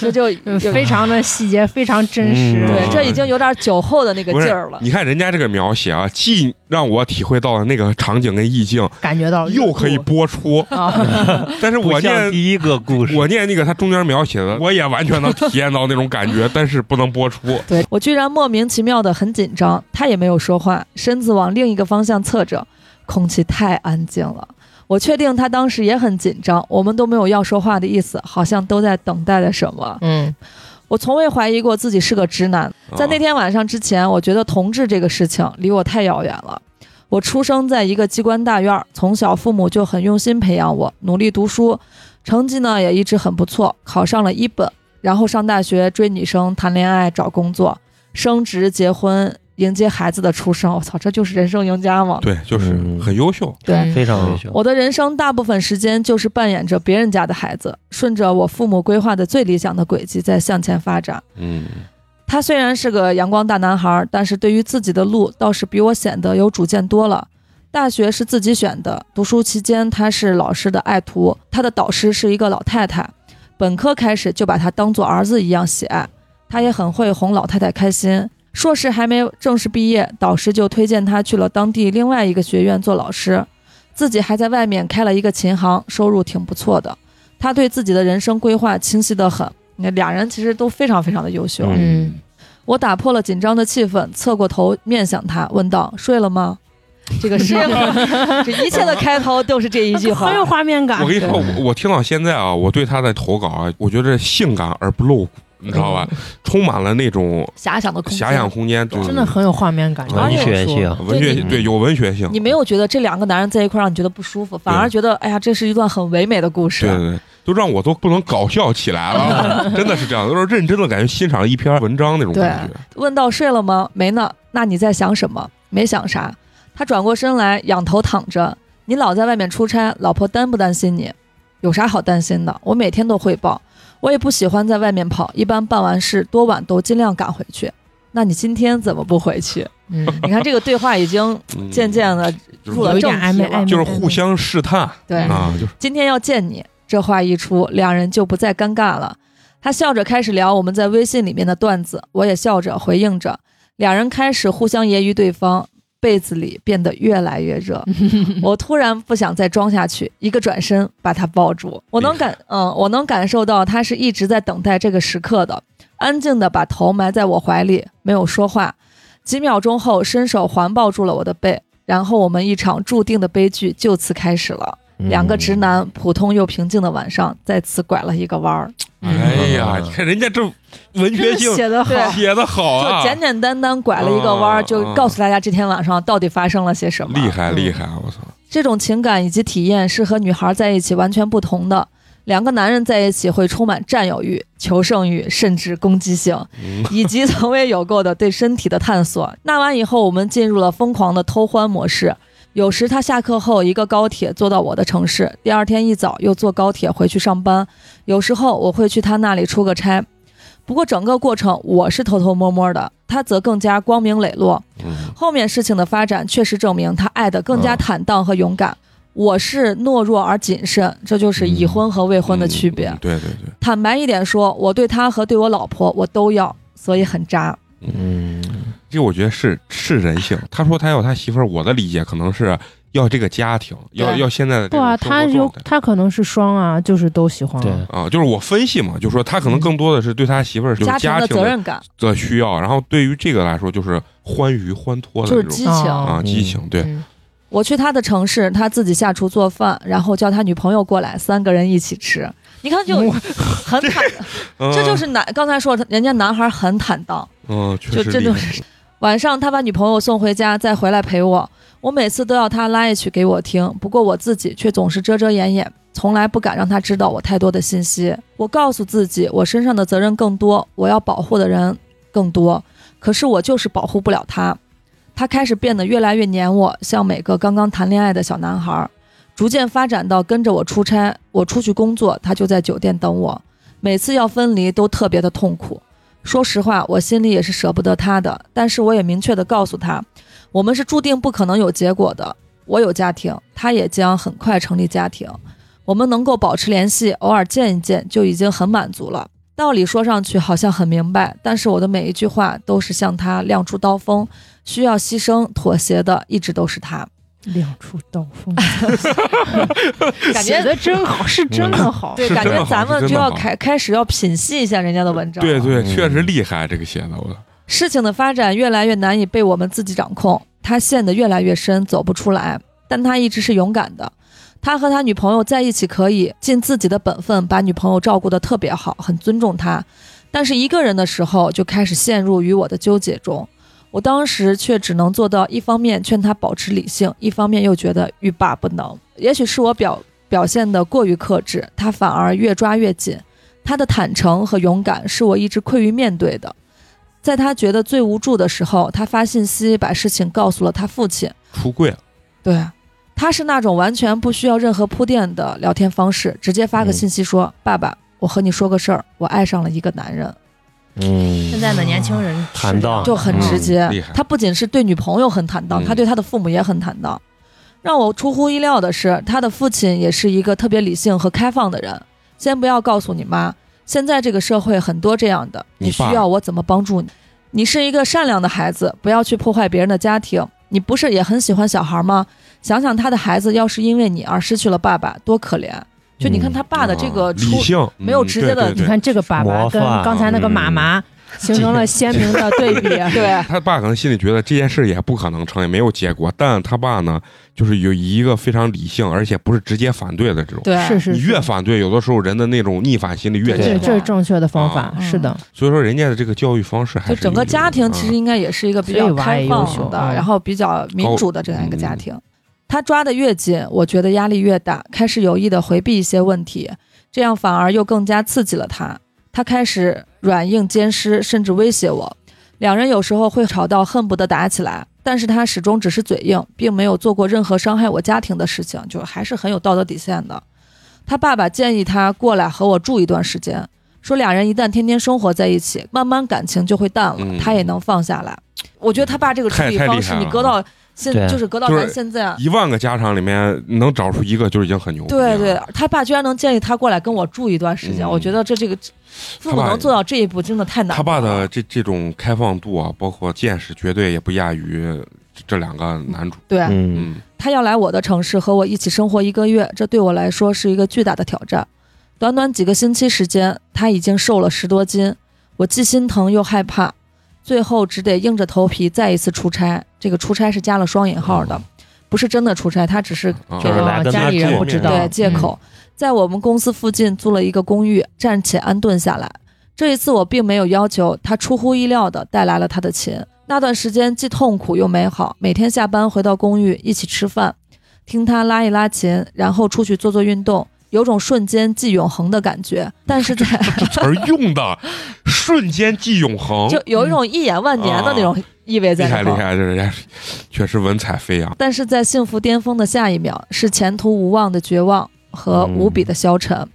S3: 这就
S5: 嗯
S3: 有
S5: 非常的细节，非常真
S1: 嗯
S5: 实。
S3: 对，这已经有点酒后的那个
S1: 不是
S3: 劲儿了。
S1: 你看人家这个描写啊，既让我体会到了那个场景跟意境，
S5: 感觉
S3: 哦
S5: 到了
S1: 又可以
S5: 热度
S1: 播出。
S5: 啊，
S1: 但是我
S4: 不像
S1: 念
S4: 第一个故事，
S1: 我念那个他中间描写的，我也完全能体验到那种感 觉，但是不能播出。
S3: 对我居然莫名其妙的很紧张，他也没有说话，身子往另一个方向侧着，空气太安静了。我确定他当时也很紧张，我们都没有要说话的意思，好像都在等待着什么。
S5: 嗯，
S3: 我从未怀疑过自己是个直男，在那
S1: 啊
S3: 天晚上之前，我觉得同志这个事情离我太遥远了。我出生在一个机关大院儿，从小父母就很用心培养我，努力读书，成绩呢也一直很不错，考上了一本，然后上大学追女生、谈恋爱、找工作、升职、结婚，迎接孩子的出生。我操，这就是人生赢家吗？
S1: 哦对，啊就是
S4: 嗯
S1: 很优秀。
S5: 对
S4: 非
S3: 嗯
S4: 常优秀。
S3: 我的人生大部分时间就是扮演着别人家的孩子，顺着我父母规划的最理想的轨迹在向前发展。
S1: 嗯，
S3: 他虽然是个阳光大男孩，但是对于自己的路倒是比我显得有主见多了。大学是自己选的，读书期间他是老师的爱徒，他的导师是一个老太太，本科开始就把他当做儿子一样喜爱，他也很会哄老太太开心。硕士还没正式毕业，导师就推荐他去了当地另外一个学院做老师，自己还在外面开了一个琴行，收入挺不错的。他对自己的人生规划清晰得很，那俩人其实都非常非常的优秀。
S5: 嗯
S3: 我打破了紧张的气氛，侧过头面向他，问道：“睡了吗？” 这个是 这一切的开头都是这一句话
S5: 很。有画面感
S1: 我。跟你说，
S4: 对
S1: 我我听到现在啊，我对他的投稿啊，我觉得性感而不露骨，你知道吧？ 充满了那种
S3: 遐想的嗯空间，
S1: 遐想空间，对
S5: 真的很有画面感，
S1: 而
S4: 文
S1: 且
S4: 学啊性，
S1: 文学
S4: 对你
S1: 对有文学性。
S3: 你没有觉得这两个男人在一块儿让你觉得不舒服，反而觉得哎呀，这是一段很唯美的故
S1: 对
S3: 事。
S1: 对对，都让我都不能搞笑起来 了，真的是这样，都是认真的感觉欣赏了一篇文章那种感觉。
S3: 问到睡了吗？没呢。那你在想什么？没想啥。他转过身来，仰头躺着。你老在外面出差，老婆担不担心你？有啥好担心的？我每天都汇报，我也不喜欢在外面跑，一般办完事多晚都尽量赶回去。那你今天怎么不回去？
S5: 嗯，
S3: 你 看这个对话已经
S1: 嗯
S3: 渐渐的
S1: 就是
S3: 入了哎
S5: 有一
S3: 正
S5: 点暧
S3: 题
S5: 昧
S3: 了
S5: 暧昧。
S1: 就是互相试探
S3: 对，
S1: 啊，就是
S3: 今天要见你。这话一出，两人就不再尴尬了。他笑着开始聊我们在微信里面的段子，我也笑着回应着，俩人开始互相揶揄对方，被子里变得越来越热。我突然不想再装下去，一个转身把他抱住。我能感，嗯，我能感受到他是一直在等待这个时刻的，安静的把头埋在我怀里，没有说话。几秒钟后，伸手环抱住了我的背，然后我们一场注定的悲剧就此开始了。
S1: 嗯
S3: 两个直男普通又平静的晚上，在此拐了一个弯儿，
S1: 哎呀，
S4: 嗯
S1: 你看人家这文学
S5: 真
S1: 性
S5: 的写的好
S3: 对，
S1: 写的好啊
S3: 就，简简单单拐了一个弯
S1: 啊
S3: 儿，就告诉大家这天晚上到底发生了些什么。
S1: 厉害
S3: 嗯
S1: 厉害，啊我操！
S3: 这种情感以及体验是和女孩在一起完全不同的。两个男人在一起会充满占有欲、求胜欲，甚至攻击性，
S1: 嗯
S3: 以及从未有过的对身体的探索。那完以后，我们进入了疯狂的偷欢模式。有时他下课后一个高铁坐到我的城市，第二天一早又坐高铁回去上班。有时候我会去他那里出个差，不过整个过程我是偷偷摸摸的，他则更加光明磊落。
S1: 嗯
S3: 后面事情的发展确实证明他爱的更加
S1: 嗯
S3: 坦荡和勇敢。我是懦弱而谨慎，这就是已婚和未婚的区别。
S1: 嗯对对对，
S3: 坦白一点说，我对他和对我老婆我都要，所以很渣。
S4: 嗯，
S1: 这我觉得是是人性。他说他要他媳妇儿，我的理解可能是要这个家庭，要
S3: 对
S1: 要现在的这
S5: 不
S1: 种
S5: 啊，
S1: 生活
S5: 他有
S1: 状态
S5: 他可能是双啊，就是都喜欢
S4: 嗯对
S5: 啊。，
S1: 啊，就是我分析嘛，就说他可能更多的是对他媳妇儿就是
S3: 嗯庭
S1: 家
S3: 的
S1: 庭
S3: 责
S1: 的
S3: 任感
S1: 的需要，然后对于这个来说就是欢愉欢脱的这
S3: 就是
S1: 种
S3: 激情。
S5: 哦
S1: 啊激情，对，
S5: 嗯
S3: 我去他的城市，他自己下厨做饭，然后叫他女朋友过来，三个人一起吃。你看就很坦，嗯这就是男刚才说的人家男孩很坦荡。
S1: 嗯，嗯确
S3: 就
S1: 实
S3: 这
S1: 厉
S3: 种
S1: 害
S3: 晚上他把女朋友送回家，再回来陪我。我每次都要他拉一曲给我听，不过我自己却总是遮遮掩掩，从来不敢让他知道我太多的信息。我告诉自己，我身上的责任更多，我要保护的人更多，可是我就是保护不了他。他开始变得越来越黏我，像每个刚刚谈恋爱的小男孩，逐渐发展到跟着我出差，我出去工作，他就在酒店等我。每次要分离都特别的痛苦。说实话，我心里也是舍不得他的，但是我也明确的告诉他，我们是注定不可能有结果的。我有家庭，他也将很快成立家庭，我们能够保持联系，偶尔见一见就已经很满足了。道理说上去好像很明白，但是我的每一句话都是向他亮出刀锋，需要牺牲妥协的一直都是他。
S5: 两处刀锋，
S3: 感
S5: 写
S3: 觉
S5: 的真好，是真的好。
S3: 对，
S1: 哦是
S3: 感
S1: 真
S3: 觉
S1: 好
S3: 咱
S1: 是
S3: 们
S1: 真
S3: 就要
S1: 好
S3: 开开始要品析一下人家的文章
S1: 对
S3: 了。
S1: 对，
S4: 嗯
S1: 确实厉害，这个写的我
S3: 事情的发展越来越难以被我们自己掌控，他陷得越来越深，走不出来。但他一直是勇敢的。他和他女朋友在一起可以尽自己的本分，把女朋友照顾得特别好，很尊重她。但是一个人的时候，就开始陷入与我的纠结中。我当时却只能做到一方面劝他保持理性，一方面又觉得欲罢不能。也许是我表表现得过于克制，他反而越抓越紧。他的坦诚和勇敢是我一直愧于面对的。在他觉得最无助的时候，他发信息把事情告诉了他父亲。
S1: 出柜了，
S3: 对，他是那种完全不需要任何铺垫的聊天方式，直接发个
S4: 嗯
S3: 信息说：“爸爸，我和你说个事儿，我爱上了一个男人。
S4: 嗯，
S5: 现在的年轻人是
S4: 坦荡”
S3: 就很直接
S1: 啊嗯厉害。
S3: 他不仅是对女朋友很坦荡，
S1: 嗯
S3: 他对他的父母也很坦荡。让我出乎意料的是，他的父亲也是一个特别理性和开放的人。先不要告诉你妈，现在这个社会很多这样的，
S1: 你
S3: 你需
S1: 爸
S3: 要我怎么帮助你？你是一个善良的孩子，不要去破坏别人的家庭。你不是也很喜欢小孩吗？想想他的孩子要是因为你而失去了爸爸，多可怜！就你看他爸的这个
S1: 啊
S3: 出，
S1: 理性
S3: 没有
S1: 嗯
S3: 直
S1: 对
S3: 接的
S1: 对
S5: 你
S1: 对嗯
S5: 看这个爸爸
S4: 模
S5: 跟
S4: 范
S5: 刚才那个妈妈形成了鲜 明的对比。
S3: 对
S1: 他爸可能心里觉得这件事也不可能成，也没有结果，但他爸呢，就是有一个非常理性，而且不是直接反对的这种。
S3: 对，
S5: 是是
S1: 你
S5: 是
S1: 越，反对，有的时候人的那种逆反心理越
S3: 对
S5: 对，
S1: 强。
S5: 这是正确的方法
S1: 啊，
S5: 是的，
S1: 所以说，人家的这个教育方式还嗯
S3: 就是整个家庭其实应该也是一个比
S5: 所
S3: 较
S5: 以娃
S3: 开
S5: 也
S3: 放
S5: 优秀
S3: 的，
S5: 嗯
S3: 然后比较民主的这样一个家庭。他抓得越紧，我觉得压力越大，开始有意的回避一些问题，这样反而又更加刺激了他。他开始软硬兼施，甚至威胁我。两人有时候会吵到恨不得打起来，但是他始终只是嘴硬，并没有做过任何伤害我家庭的事情，就还是很有道德底线的。他爸爸建议他过来和我住一段时间，说俩人一旦天天生活在一起，慢慢感情就会淡了，
S1: 嗯
S3: 他也能放下来。我觉得他爸这个处
S1: 太
S3: 理
S1: 太厉
S3: 方式，
S1: 害
S3: 你
S1: 了
S3: 搁
S1: 啊
S3: 到现
S4: 对
S3: 就是搁到
S1: 就是
S3: 咱现在，
S1: 一万个家长里面能找出一个就已经很牛逼
S3: 对
S1: 了。
S3: 对，他爸居然能建议他过来跟我住一段时间，
S1: 嗯
S3: 我觉得这这个父母
S1: 爸
S3: 能做到这一步，真的太难了。
S1: 他爸的这这种开放度啊，包括见识，绝对也不亚于这这两个男主。
S3: 对，
S4: 嗯，
S1: 嗯，
S3: 他要来我的城市和我一起生活一个月，这对我来说是一个巨大的挑战。短短几个星期时间，他已经瘦了十多斤，我既心疼又害怕，最后只得硬着头皮再一次出差。这个出差是加了双引号的，不是真的出差，他只是
S1: 啊
S4: 就是
S3: 哦
S4: 来跟
S5: 家
S4: 他
S5: 里
S4: 见
S5: 人不
S4: 面
S5: 知 道
S3: 对借口，
S1: 嗯
S3: 在我们公司附近租了一个公寓，暂且安顿下来。这一次我并没有要求，他出乎意料的带来了他的琴。那段时间既痛苦又美好，每天下班回到公寓一起吃饭，听他拉一拉琴，然后出去做做运动，有种瞬间即永恒的感觉。但是 在
S1: 这词儿用的瞬间即永恒，
S3: 就有一种一眼万年的那种意味
S1: 厉
S3: 在
S1: 害
S3: 里
S1: 哦厉
S3: 头。
S1: 害，这人家确实文采飞扬。
S3: 但是在幸福巅峰的下一秒，是前途无望的绝望和无比的消沉。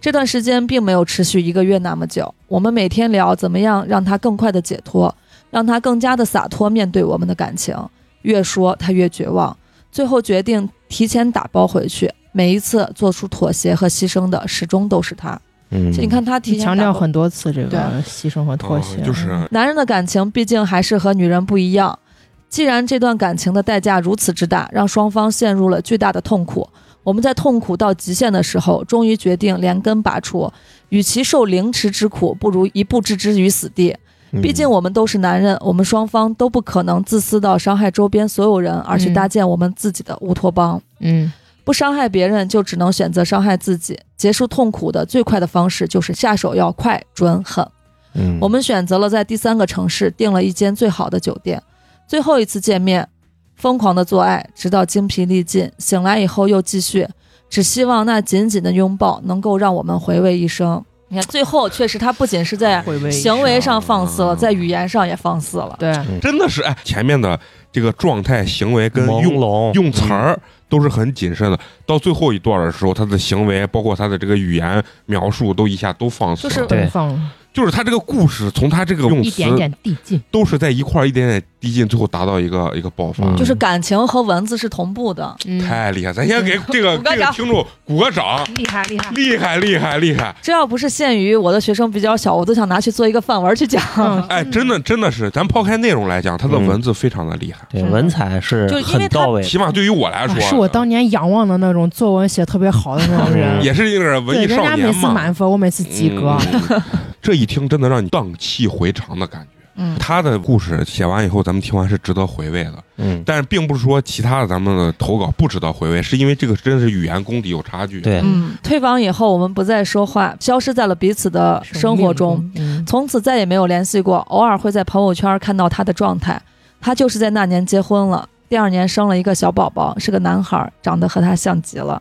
S3: 这段时间并没有持续一个月那么久，我们每天聊怎么样让他更快的解脱，让他更加的洒脱面对我们的感情。越说他越绝望，最后决定提前打包回去。每一次做出妥协和牺牲的，始终都是他。
S4: 嗯，
S3: 就你看他提前
S5: 强
S3: 打
S5: 调
S3: 包
S5: 很多次这个
S3: 对
S5: 牺牲和妥协，
S1: 嗯就是
S3: 男人的感情毕竟还是和女人不一样。既然这段感情的代价如此之大，让双方陷入了巨大的痛苦，我们在痛苦到极限的时候，终于决定连根拔除。与其受凌迟之苦，不如一步置之于死地。
S4: 嗯
S3: 毕竟我们都是男人，我们双方都不可能自私到伤害周边所有人，而去
S5: 嗯
S3: 搭建我们自己的乌托邦。
S5: 嗯，
S3: 不伤害别人，就只能选择伤害自己。结束痛苦的最快的方式，就是下手要快、准、狠。
S4: 嗯
S3: 我们选择了在第三个城市订了一间最好的酒店。最后一次见面，疯狂的做爱，直到精疲力尽。醒来以后又继续，只希望那紧紧的拥抱能够让我们回味一生。你看，最后确实他不仅是在
S5: 会为
S3: 行为上放肆了，
S1: 嗯
S3: 在语言上也放肆了。
S5: 对，
S1: 真的是哎，前面的这个状态、行为跟
S4: 朦
S1: 用
S4: 胧嗯
S1: 用词儿都是很谨慎的，到最后一段的时候，他的行为包括他的这个语言描述都一下都放肆了，
S3: 就是
S4: 对
S5: 奔放了
S1: 就是他这个故事从他这个用
S5: 一
S1: 词
S5: 点点递进，
S1: 都是在一块儿一点点递进，最后达到一个一个爆发。
S4: 嗯
S3: 就是感情和文字是同步的，
S5: 嗯，
S1: 太厉害！咱先给这个
S3: 鼓个
S1: 这个
S3: 掌
S1: 听众鼓个掌，
S5: 厉害厉害，
S1: 厉害厉害厉害！
S3: 这要不是限于我的学生比较小，我都想拿去做一个范文去讲。
S5: 嗯
S1: 哎，真的真的是，咱抛开内容来讲，他的
S4: 嗯
S1: 文字非常的厉害，
S4: 对
S5: 嗯
S4: 文采是
S3: 就因为
S4: 很
S3: 他
S4: 到位，
S1: 起码对于我来说，
S5: 啊是我当年仰望的那种作文写特别好的那种人，
S1: 嗯也是一个文
S5: 对，
S1: 艺
S5: 人
S1: 少
S5: 家每
S1: 年
S5: 次
S1: 嘛。
S5: 满分，我每次及格，
S1: 嗯这一听真的让你荡气回肠的感觉。
S3: 嗯，
S1: 他的故事写完以后，咱们听完是值得回味的，
S4: 嗯，
S1: 但是并不是说其他的咱们的投稿不值得回味，是因为这个真是语言功底有差距。，
S4: 对，
S3: 嗯， 退房以后我们不再说话，消失在了彼此的生活中，
S5: 嗯，
S3: 从此再也没有联系过。偶尔会在朋友圈看到他的状态，他就是在那年结婚了，第二年生了一个小宝宝，是个男孩，长得和他像极了。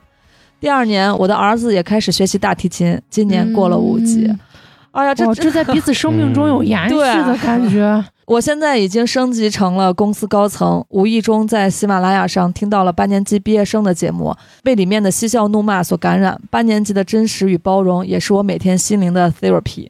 S3: 第二年，我的儿子也开始学习大提琴，今年过了五级。
S5: 嗯
S3: 哎呀，这
S5: 哇，这在彼 此生命中有延续的感觉，
S3: 我现在已经升级成了公司高层，无意中在喜马拉雅上听到了八年级毕业生的节目，被里面的嬉笑怒骂所感染。八年级的真实与包容，也是我每天心灵的 therapy。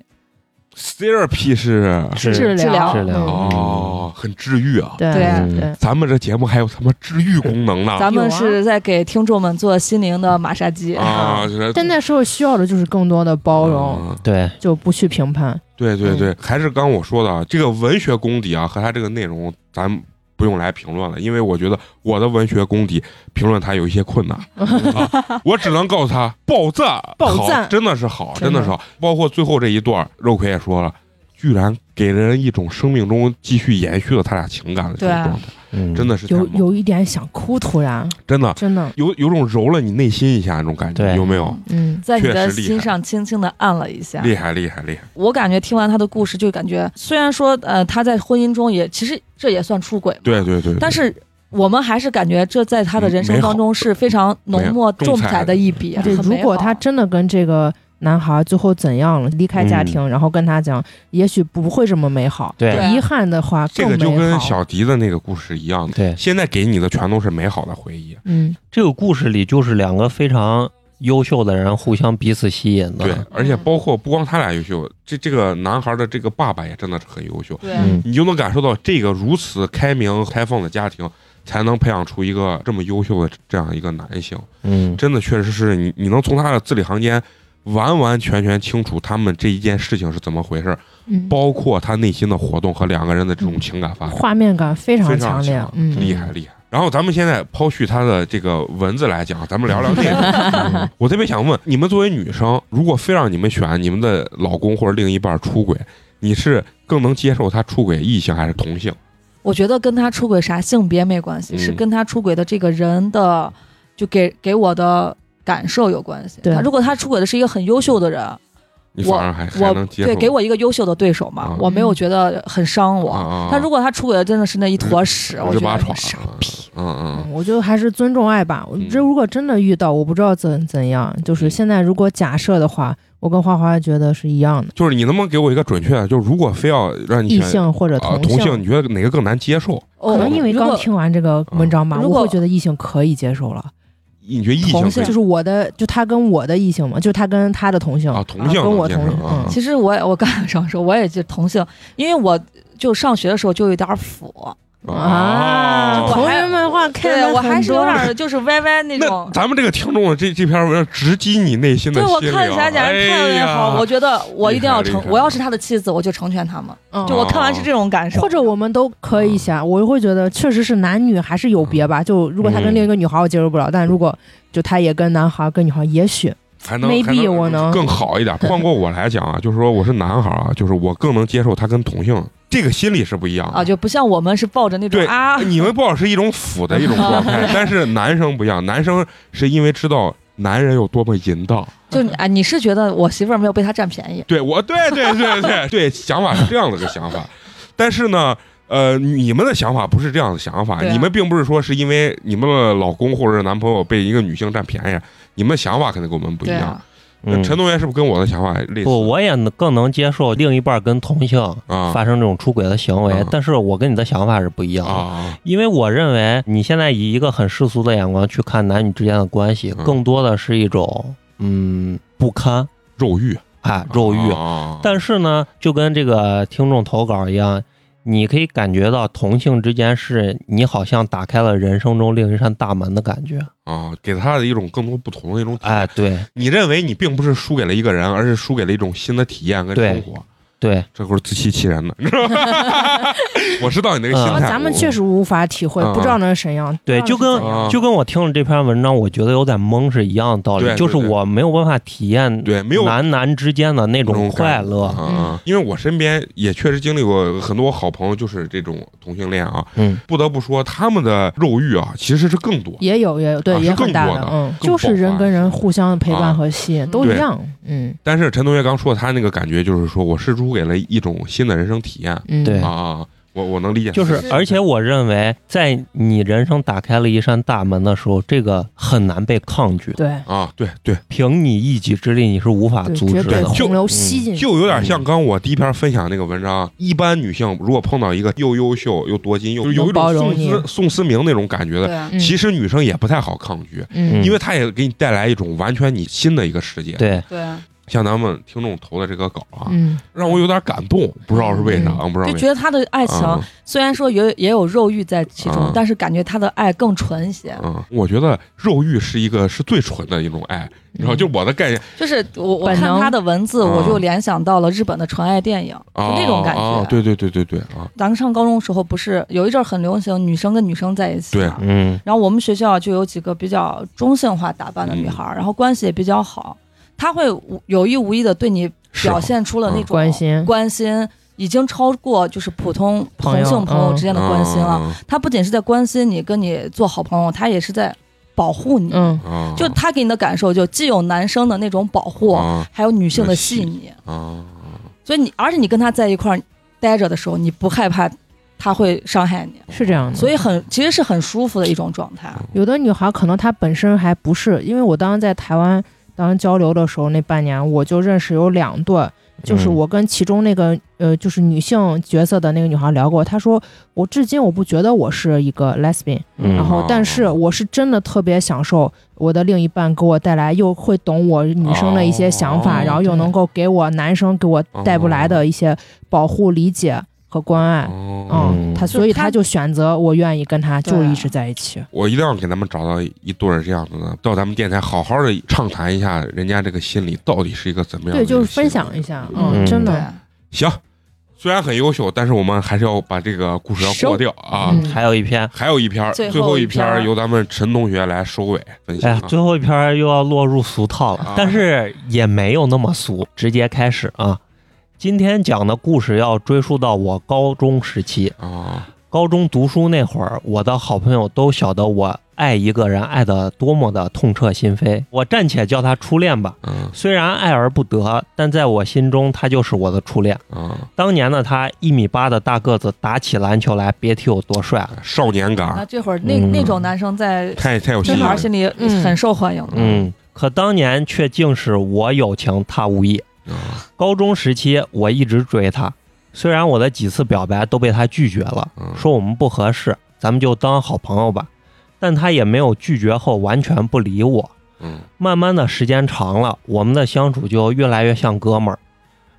S1: therapy 是
S4: 是
S5: 治
S3: 治疗
S4: 治
S5: 嗯
S4: 疗
S1: 哦，很治愈啊。
S5: 对
S3: 对
S5: 对，
S1: 咱们这节目还有他妈治愈功能 呢
S3: 咱们
S5: 啊
S3: 是在给听众们做心灵的马杀鸡。
S1: 啊！
S5: 但那时候需要的就是更多的包容，
S1: 嗯
S4: 对，
S5: 就不去评判，
S1: 对对对，还是刚我说的啊，这个文学功底啊和他这个内容，咱们不用来评论了，因为我觉得我的文学功底评论他有一些困难，啊、我只能告诉他爆赞，
S5: 爆
S1: 好
S5: 赞
S1: 真的是好，真
S5: 真的
S1: 的是好。包括最后这一段，肉葵也说了，居然给人一种生命中继续延续了他俩情感的这
S3: 对
S1: 种
S3: 啊
S1: 状态，
S4: 嗯，
S1: 真的是太
S5: 有
S1: 猛了
S5: 有一点想哭，突然
S1: 真的
S5: 真的，
S1: 有有种揉了你内心一下那种感觉，
S4: 对
S1: 有没有？？
S5: 嗯，
S3: 在你的
S1: 确实厉害
S3: 心上轻轻的按了一下。
S1: 厉害厉害厉害！
S3: 我感觉听完他的故事，就感觉虽然说呃他在婚姻中也其实这也算出轨嘛，
S1: 对对对，对
S3: 但是我们还是感觉这在他的人生当中是非常浓墨重彩的一笔。
S5: 而且
S3: 很
S5: 如
S3: 美好
S5: 果他真的跟这个男孩最后怎样了，离开
S1: 嗯
S5: 家庭，然后跟他讲，也许不会这么美好。
S4: 对
S3: 对
S5: 遗憾的话
S1: 这
S5: 更
S1: 个
S5: 美好。
S1: 就跟小迪的那个故事一样的。
S4: 对，
S1: 现在给你的全都是美好的回忆。
S5: 嗯，
S4: 这个故事里就是两个非常优秀的人互相彼此吸引的，
S1: 对，而且包括不光他俩优秀，这这个男孩的这个爸爸也真的是很优秀，
S3: 对
S4: 嗯，
S1: 你就能感受到这个如此开明开放的家庭，才能培养出一个这么优秀的这样一个男性。
S4: 嗯
S1: 真的确实是你，你能从他的字里行间完完全全清楚他们这一件事情是怎么回事，
S5: 嗯
S1: 包括他内心的活动和两个人的这种情感发展。
S5: 画面感非
S1: 非
S5: 常
S1: 常
S5: 强烈
S1: 强，
S5: 嗯，
S1: 厉害厉害。然后咱们现在抛去他的这个文字来讲，咱们聊聊内容。我特别想问，你们作为女生，如果非让你们选你们的老公或者另一半出轨，你是更能接受他出轨异性还是同性？
S3: 我觉得跟他出轨啥性别没关系，
S1: 嗯
S3: 是跟他出轨的这个人的，就给给我的感受有关系。
S5: 对
S3: 他如果他出轨的是一个很优秀的人，
S1: 你反而还还
S3: 我
S1: 能接受。
S3: 对给我一个优秀的对手嘛，
S1: 啊
S3: 我
S5: 嗯
S3: 没有觉得很伤我。
S1: 啊啊啊
S3: 但如果他出轨的真的是那一坨屎，我
S1: 日
S3: 觉
S1: 八
S3: 得
S1: 床，
S3: 傻
S1: 逼，嗯
S5: 我觉得还是尊重爱吧。我
S1: 嗯
S5: 这如果真的遇到，我不知道怎怎样。就是
S1: 嗯
S5: 现在，如果假设的话，我跟花花觉得是一样的，
S1: 就是你能不能给我一个准确的？就是如果非要让你
S5: 异
S1: 选
S5: 性或者
S1: 啊
S5: 性。
S1: 性，你觉得哪个更难接受？
S3: 哦
S5: 可能因为
S3: 如果
S5: 刚
S1: 啊
S5: 听完这个文章吧，
S3: 嗯如果
S5: 我会觉得异性可以接受了。
S1: 你觉得异性
S3: 同
S1: 可以
S3: 对
S5: 就是我的，就他跟我的异性嘛，就是他跟他的同性
S1: 啊，同性
S5: 跟我
S1: 能接受
S5: 同性
S1: 啊
S5: 嗯
S3: 其实我也我刚想说，我也就同性，因为我就上学的时候就有点腐，
S1: 啊
S3: 我
S5: 嗯同
S3: 还
S5: 人漫画看
S3: 对
S5: 的
S3: 我还是有点
S5: 很多
S3: 儿就是歪歪那
S1: 那
S3: 种。
S1: 咱们这个听众的这这篇文章直击你内心的
S3: 对我
S1: 心灵啊，
S3: 看侠简直看的也好，
S1: 哎呀
S3: 我觉得我一定要
S1: 厉
S3: 成
S1: 害厉，害哦
S3: 我要是他的妻子，我就成全他们。
S5: 嗯
S3: 就我看完是这种感受，
S5: 或者我们都可以
S1: 嗯
S5: 想，我会觉得确实是男女还是有别吧。就如果他跟另一个女孩，我接受不了；但如果就他也跟男孩、跟女孩，也许
S1: 还能
S5: maybe
S1: 还能
S5: 我能
S1: 更好一点。换过我来讲啊，就是说我是男孩啊，就是我更能接受他跟同性，这个心理是不一样的
S3: 啊，就不像我们是抱着那种
S1: 对
S3: 啊，
S1: 你们抱是一种腐的一种状 态，但是男生不一样，男生是因为知道男人有多么淫荡。
S3: 就你啊，你是觉得我媳妇儿没有被他占便宜，
S1: 对我，对对对对对，想法是这样的一个想法，但是呢。呃，你们的想法不是这样的想法，
S3: 对啊
S1: 你们并不是说是因为你们的老公或者是男朋友被一个女性占便宜，你们的想法肯定跟我们不一
S3: 对
S1: 样
S3: 啊。，
S1: 那
S4: 嗯
S1: 陈同学是不是跟我的想法类似？
S4: 不，我也能更能接受另一半跟同性
S1: 啊
S4: 发生这种出轨的行为，
S1: 嗯
S4: 但是我跟你的想法是不一样的。
S1: 啊，
S4: 因为我认为你现在以一个很世俗的眼光去看男女之间的关系，
S1: 嗯
S4: 更多的是一种嗯不堪
S1: 肉欲，
S4: 啊肉欲。
S1: 啊
S4: 但是呢，就跟这个听众投稿一样，你可以感觉到同性之间是你好像打开了人生中另一扇大门的感觉。
S1: 啊，给他的一种更多不同的一种体验
S4: 哎，对
S1: 你认为你并不是输给了一个人，而是输给了一种新的体验跟生活，
S4: 对，
S1: 这会儿自欺欺人的，你知道吗？ 我知道你那个心
S4: 嗯
S5: 啊
S1: 态，
S5: 咱们确实无法体会
S1: 嗯，
S5: 不知道那是怎样。
S4: 对
S5: 不知道是怎样
S1: 啊
S4: 就跟我听了这篇文章，我觉得有点懵是一样的道理，
S1: 对对
S4: 就是
S1: 对
S4: 我没有办法体验
S1: 对，没有
S4: 男男之间的那
S1: 那
S4: 种
S1: 种
S4: 快乐。
S1: 啊，因为我身边也确实经历过很多好朋友，就是这种同性恋啊，
S4: 嗯，
S1: 不得不说他们的肉欲啊，其实是更多。
S5: 也有也有，
S1: 啊
S5: 对，
S1: 是
S5: 也很大
S1: 更多的
S5: 嗯，
S1: 更
S5: 就是人跟人互相的陪
S1: 啊
S5: 伴和吸引都一
S1: 对
S5: 样，嗯
S1: 但是陈同学刚说他那个感觉，就是说我是输给了一种新的人生体验
S5: 嗯，
S4: 对
S1: 啊啊，我我能理解，
S4: 就是，而且我认为，在你人生打开了一扇大门的时候，这个很难被抗拒，
S5: 对，
S1: 啊，对对，
S4: 凭你一己之力，你是无法
S5: 对
S4: 阻
S5: 绝
S4: 止
S5: 对
S4: 的。
S5: 洪流吸
S4: 嗯
S5: 进
S1: 嗯
S5: 去，
S1: 就有点像刚我第一篇分享那个文章，啊一般女性如果碰到一个又优秀又多金，又有一
S5: 能
S1: 种
S5: 包容
S1: 宋思
S5: 你
S1: 宋思明那种感觉的，
S3: 对啊，
S5: 嗯
S1: 其实女生也不太好抗拒，
S5: 嗯
S1: 因为她也给你带来一种完全你新的一个世界。
S4: 对，
S3: 对啊，
S1: 像咱们听众投的这个稿啊，
S5: 嗯
S1: 让我有点感动，不知道是为啥，不知道
S3: 嗯就
S1: 为
S3: 觉
S1: 啥。
S3: 得他的爱情
S1: 嗯
S3: 虽然说也也有肉欲在其
S1: 啊
S5: 嗯
S3: 中，但是感觉他的爱更纯一些。
S1: 嗯，我觉得肉欲是一个是最纯的一种爱，然后
S3: 嗯
S5: 嗯
S1: 就我的概念
S3: 就是我我
S5: 本
S3: 看
S5: 能
S3: 他的文字，
S1: 啊
S3: 我就联想到了日本的纯爱电影，
S5: 嗯
S1: 啊，
S3: 就那种感
S1: 啊
S5: 哦
S3: 觉。
S1: 对对对对对啊，
S3: 咱们上高中的时候，不是有一阵儿很流行女生跟女生在一起
S1: 对
S3: 嘛？
S4: 嗯，
S3: 然后我们学校就有几个比较中性化打扮的女
S5: 嗯
S3: 孩儿，然后关系也比较好，她会无有意无意的对你
S1: 是
S3: 表现出了那种
S5: 关心
S3: 关心已经超过就是普通
S5: 朋
S3: 同
S5: 友
S3: 性朋友
S5: 嗯
S3: 之间的关心了。
S1: 啊
S3: 她不仅是在关心你，跟你做好朋友，她也是在保护你。
S5: 嗯，
S1: 啊，
S3: 就她给你的感受，就既有男生的那种保护，
S4: 哦
S1: 啊
S3: 还有女性的吸引你。
S1: 啊，
S3: 所以你，而且你跟她在一块儿待着的时候，你不害怕她会伤害你，
S5: 是这样的。
S3: 所以很其实是很舒服的一种状态。
S4: 啊
S5: 有的女孩可能她本身还不是，因为我当时在台湾当时交流的时候，那半年我就认识有两对，就是
S4: 嗯
S5: 我跟其中那个呃，就是女性角色的那个女孩聊过，她说我至今我不觉得我是一个 lesbian，
S4: 嗯
S5: 然后但
S1: 哦
S5: 是我是真的特别享受我的另一半给我带来又会懂我女生的一些想法，
S1: 哦
S5: 然后又能够给我男生给我带不来的一些保护、理解和关爱。
S1: 哦，
S5: 嗯，她所以她就选择我愿意跟她就一直在一起。
S1: 我一定要给咱们找到一对儿这样子的，到咱们电台好好的畅谈一下，人家这个心理到底啊是一个怎么样的
S5: 对，
S1: 一个心
S5: 就
S1: 理？
S5: 是分享一下，
S3: 嗯
S5: 嗯，真
S3: 对，
S5: 的，
S1: 行，虽然很优秀，但是我们还是要把这个故事要过掉啊。
S5: 嗯
S4: 还有一篇，
S1: 还有一篇儿，
S3: 最
S1: 最
S3: 后
S1: 一
S3: 一篇儿
S1: 儿由咱们陈同学来收尾分
S4: 哎
S1: 享
S4: 呀，
S1: 啊。
S4: 最后一篇又要落入俗套
S1: 啊
S4: 了，但是也没有那么俗，直接开始啊。今天讲的故事要追溯到我高中时期，
S1: 啊，
S4: 高中读书那会儿，我的好朋友都晓得我爱一个人爱得多么的痛彻心扉，我暂且叫他初恋吧。
S1: 嗯
S4: 虽然爱而不得，但在我心中，他就是我的初恋。
S1: 啊，
S4: 当年的他，一米八的大个子，打起篮球来，别提有多帅了。
S1: 少年
S3: 啊，
S1: 感
S3: 这会儿那
S4: 嗯
S3: 那种男生在
S1: 太太有吸
S3: 女
S1: 引
S3: 孩
S1: 了。
S3: 心里
S5: 嗯
S3: 很受欢迎的。
S4: 嗯，可当年却竟是我有情他无意。
S1: 啊
S4: 高中时期，我一直追他，虽然我的几次表白都被他拒绝了，
S1: 嗯
S4: 说我们不合适，咱们就当好朋友吧。但他也没有拒绝后完全不理我。
S1: 嗯
S4: 慢慢的时间长了，我们的相处就越来越像哥们儿。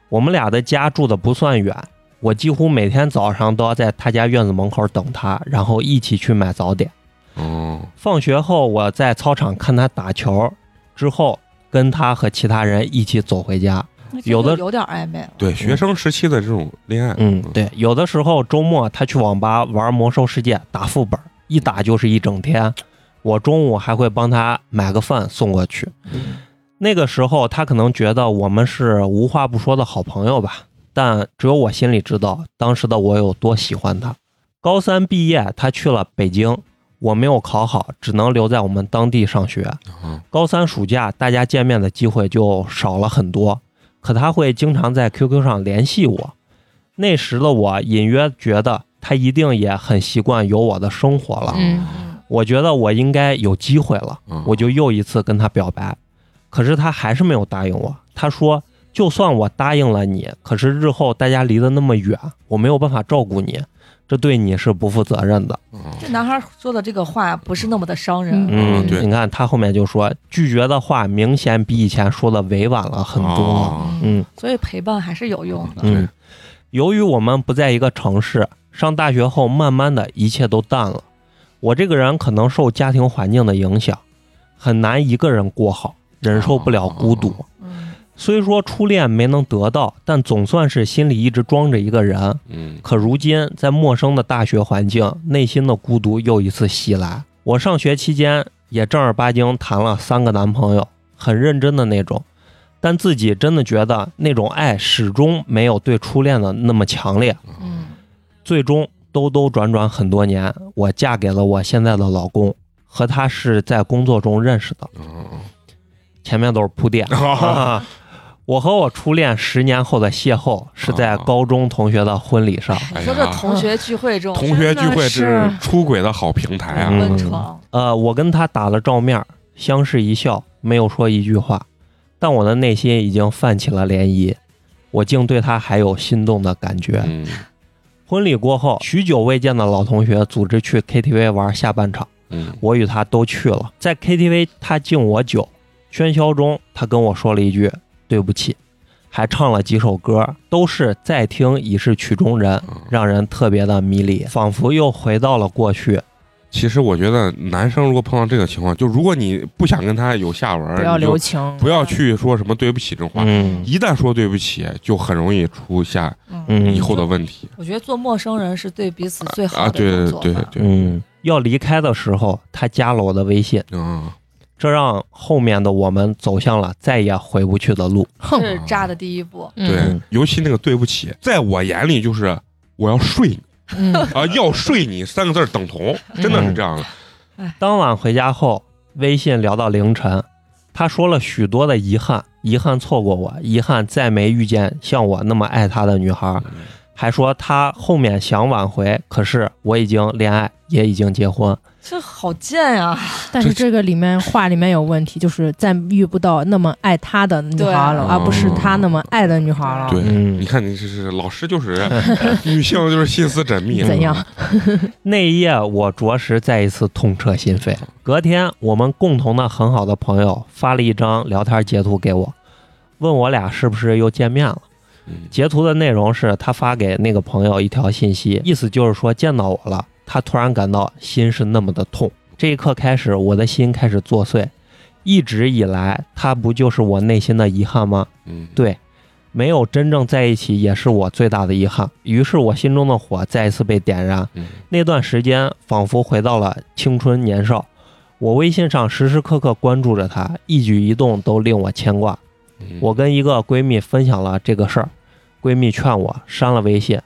S4: 我们俩的家住的不算远，我几乎每天早上都要在他家院子门口等他，然后一起去买早点。
S1: 哦
S4: 放学后，我在操场看他打球，之后跟他和其他人一起走回家。
S3: 那这
S4: 有的
S3: 就有点暧昧了。
S1: 对，学生时期的这种恋爱，
S4: 嗯，对，有的时候周末他去网吧玩《魔兽世界》，打副本，一打就是一整天。我中午还会帮他买个饭送过去。那个时候他可能觉得我们是无话不说的好朋友吧，但只有我心里知道当时的我有多喜欢他。高三毕业，他去了北京，我没有考好，只能留在我们当地上学。
S1: 嗯
S4: 高三暑假大家见面的机会就少了很多，可他会经常在 QQ 上联系我。那时的我隐约觉得他一定也很习惯有我的生活了，
S5: 嗯
S4: 我觉得我应该有机会了，
S1: 嗯
S4: 我就又一次跟他表白，可是他还是没有答应我。他说，就算我答应了你，可是日后大家离得那么远，我没有办法照顾你，这对你是不负责任的。
S1: 嗯
S3: 这男孩说的这个话不是那么的伤人，
S1: 嗯对
S4: 你看他后面就说，拒绝的话明显比以前说的委婉了很多。
S1: 哦
S4: 嗯
S3: 所以陪伴还是有用的。
S4: 嗯，由于我们不在一个城市，上大学后慢慢的一切都淡了。我这个人可能受家庭环境的影响，很难一个人过好，忍受不了孤
S1: 哦
S4: 独。
S3: 嗯，
S4: 虽说初恋没能得到，但总算是心里一直装着一个人。
S1: 嗯
S4: 可如今在陌生的大学环境，内心的孤独又一次袭来。我上学期间也正儿八经谈了三个男朋友，很认真的那种，但自己真的觉得那种爱始终没有对初恋的那么强烈。
S3: 嗯，
S4: 最终兜兜转转很多年，我嫁给了我现在的老公，和他是在工作中认识的，
S1: 嗯
S4: 前面都是铺垫。 啊我和我初恋十年后的邂逅是在
S1: 啊
S4: 高中同学的婚礼上。
S1: 哎
S3: 你
S1: 呀
S3: 说这同学聚会这种
S1: 同学聚会这
S5: 真的
S1: 是
S5: 是
S1: 出轨的好平台啊！
S3: 温床，
S4: 呃，我跟他打了照面，相视一笑，没有说一句话，但我的内心已经泛起了涟漪，我竟对他还有心动的感觉。
S1: 嗯
S4: 婚礼过后，许久未见的老同学组织去 KTV 玩下半场，
S1: 嗯
S4: 我与他都去了。在 KTV，他敬我酒，喧嚣中，他跟我说了一句“对不起”，还唱了几首歌，都是再听已是曲中人，让人特别的迷离，仿佛又回到了过去。
S1: 其实我觉得男生如果碰到这个情况，就如果你不想跟他有下文，
S5: 不要
S1: 你就
S5: 留情，
S1: 不要去说什么对不起这种话。
S4: 嗯
S1: 一旦说对不起，就很容易出下
S3: 嗯，
S4: 嗯
S1: 以后的问题
S3: 我觉得做陌生人是对彼此最好
S1: 啊！
S3: 的
S1: 对
S3: 一种做
S1: 对
S3: 法。
S1: 对，
S4: 嗯，要离开的时候，他加了我的微信，
S1: 嗯，
S4: 这让后面的我们走向了再也回不去的路。
S5: 哼，
S3: 这是渣的第一步。
S1: 对
S4: 嗯，
S1: 尤其那个对不起，在我眼里就是我要睡你
S5: 嗯，嗯
S1: 啊，要睡你三个字儿等同，真的是这样的。
S4: 当晚回家后，微信聊到凌晨，他说了许多的遗憾，遗憾错过我，遗憾再没遇见像我那么爱他的女孩，还说他后面想挽回，可是我已经恋爱，也已经结婚。
S3: 这好贱呀！
S5: 但是这个里面话里面有问题，就是再遇不到那么爱他的女孩了，
S1: 对
S5: 而不是他那么爱的女孩了。
S1: 哦对，
S4: 嗯
S1: 你看你这是老师就是女性就是心思缜密，
S5: 怎样？
S4: 那一夜，我着实再一次痛彻心扉。隔天，我们共同的很好的朋友发了一张聊天截图给我，问我俩是不是又见面了。
S1: 嗯？
S4: 截图的内容是他发给那个朋友一条信息，意思就是说见到我了。他突然感到心是那么的痛，这一刻开始，我的心开始作祟。一直以来，他不就是我内心的遗憾吗？
S1: 嗯，
S4: 对，没有真正在一起也是我最大的遗憾。于是我心中的火再一次被点燃，
S1: 嗯
S4: 那段时间仿佛回到了青春年少。我微信上时时刻刻关注着他，一举一动都令我牵挂。
S1: 嗯
S4: 我跟一个闺蜜分享了这个事儿，闺蜜劝我删了微信，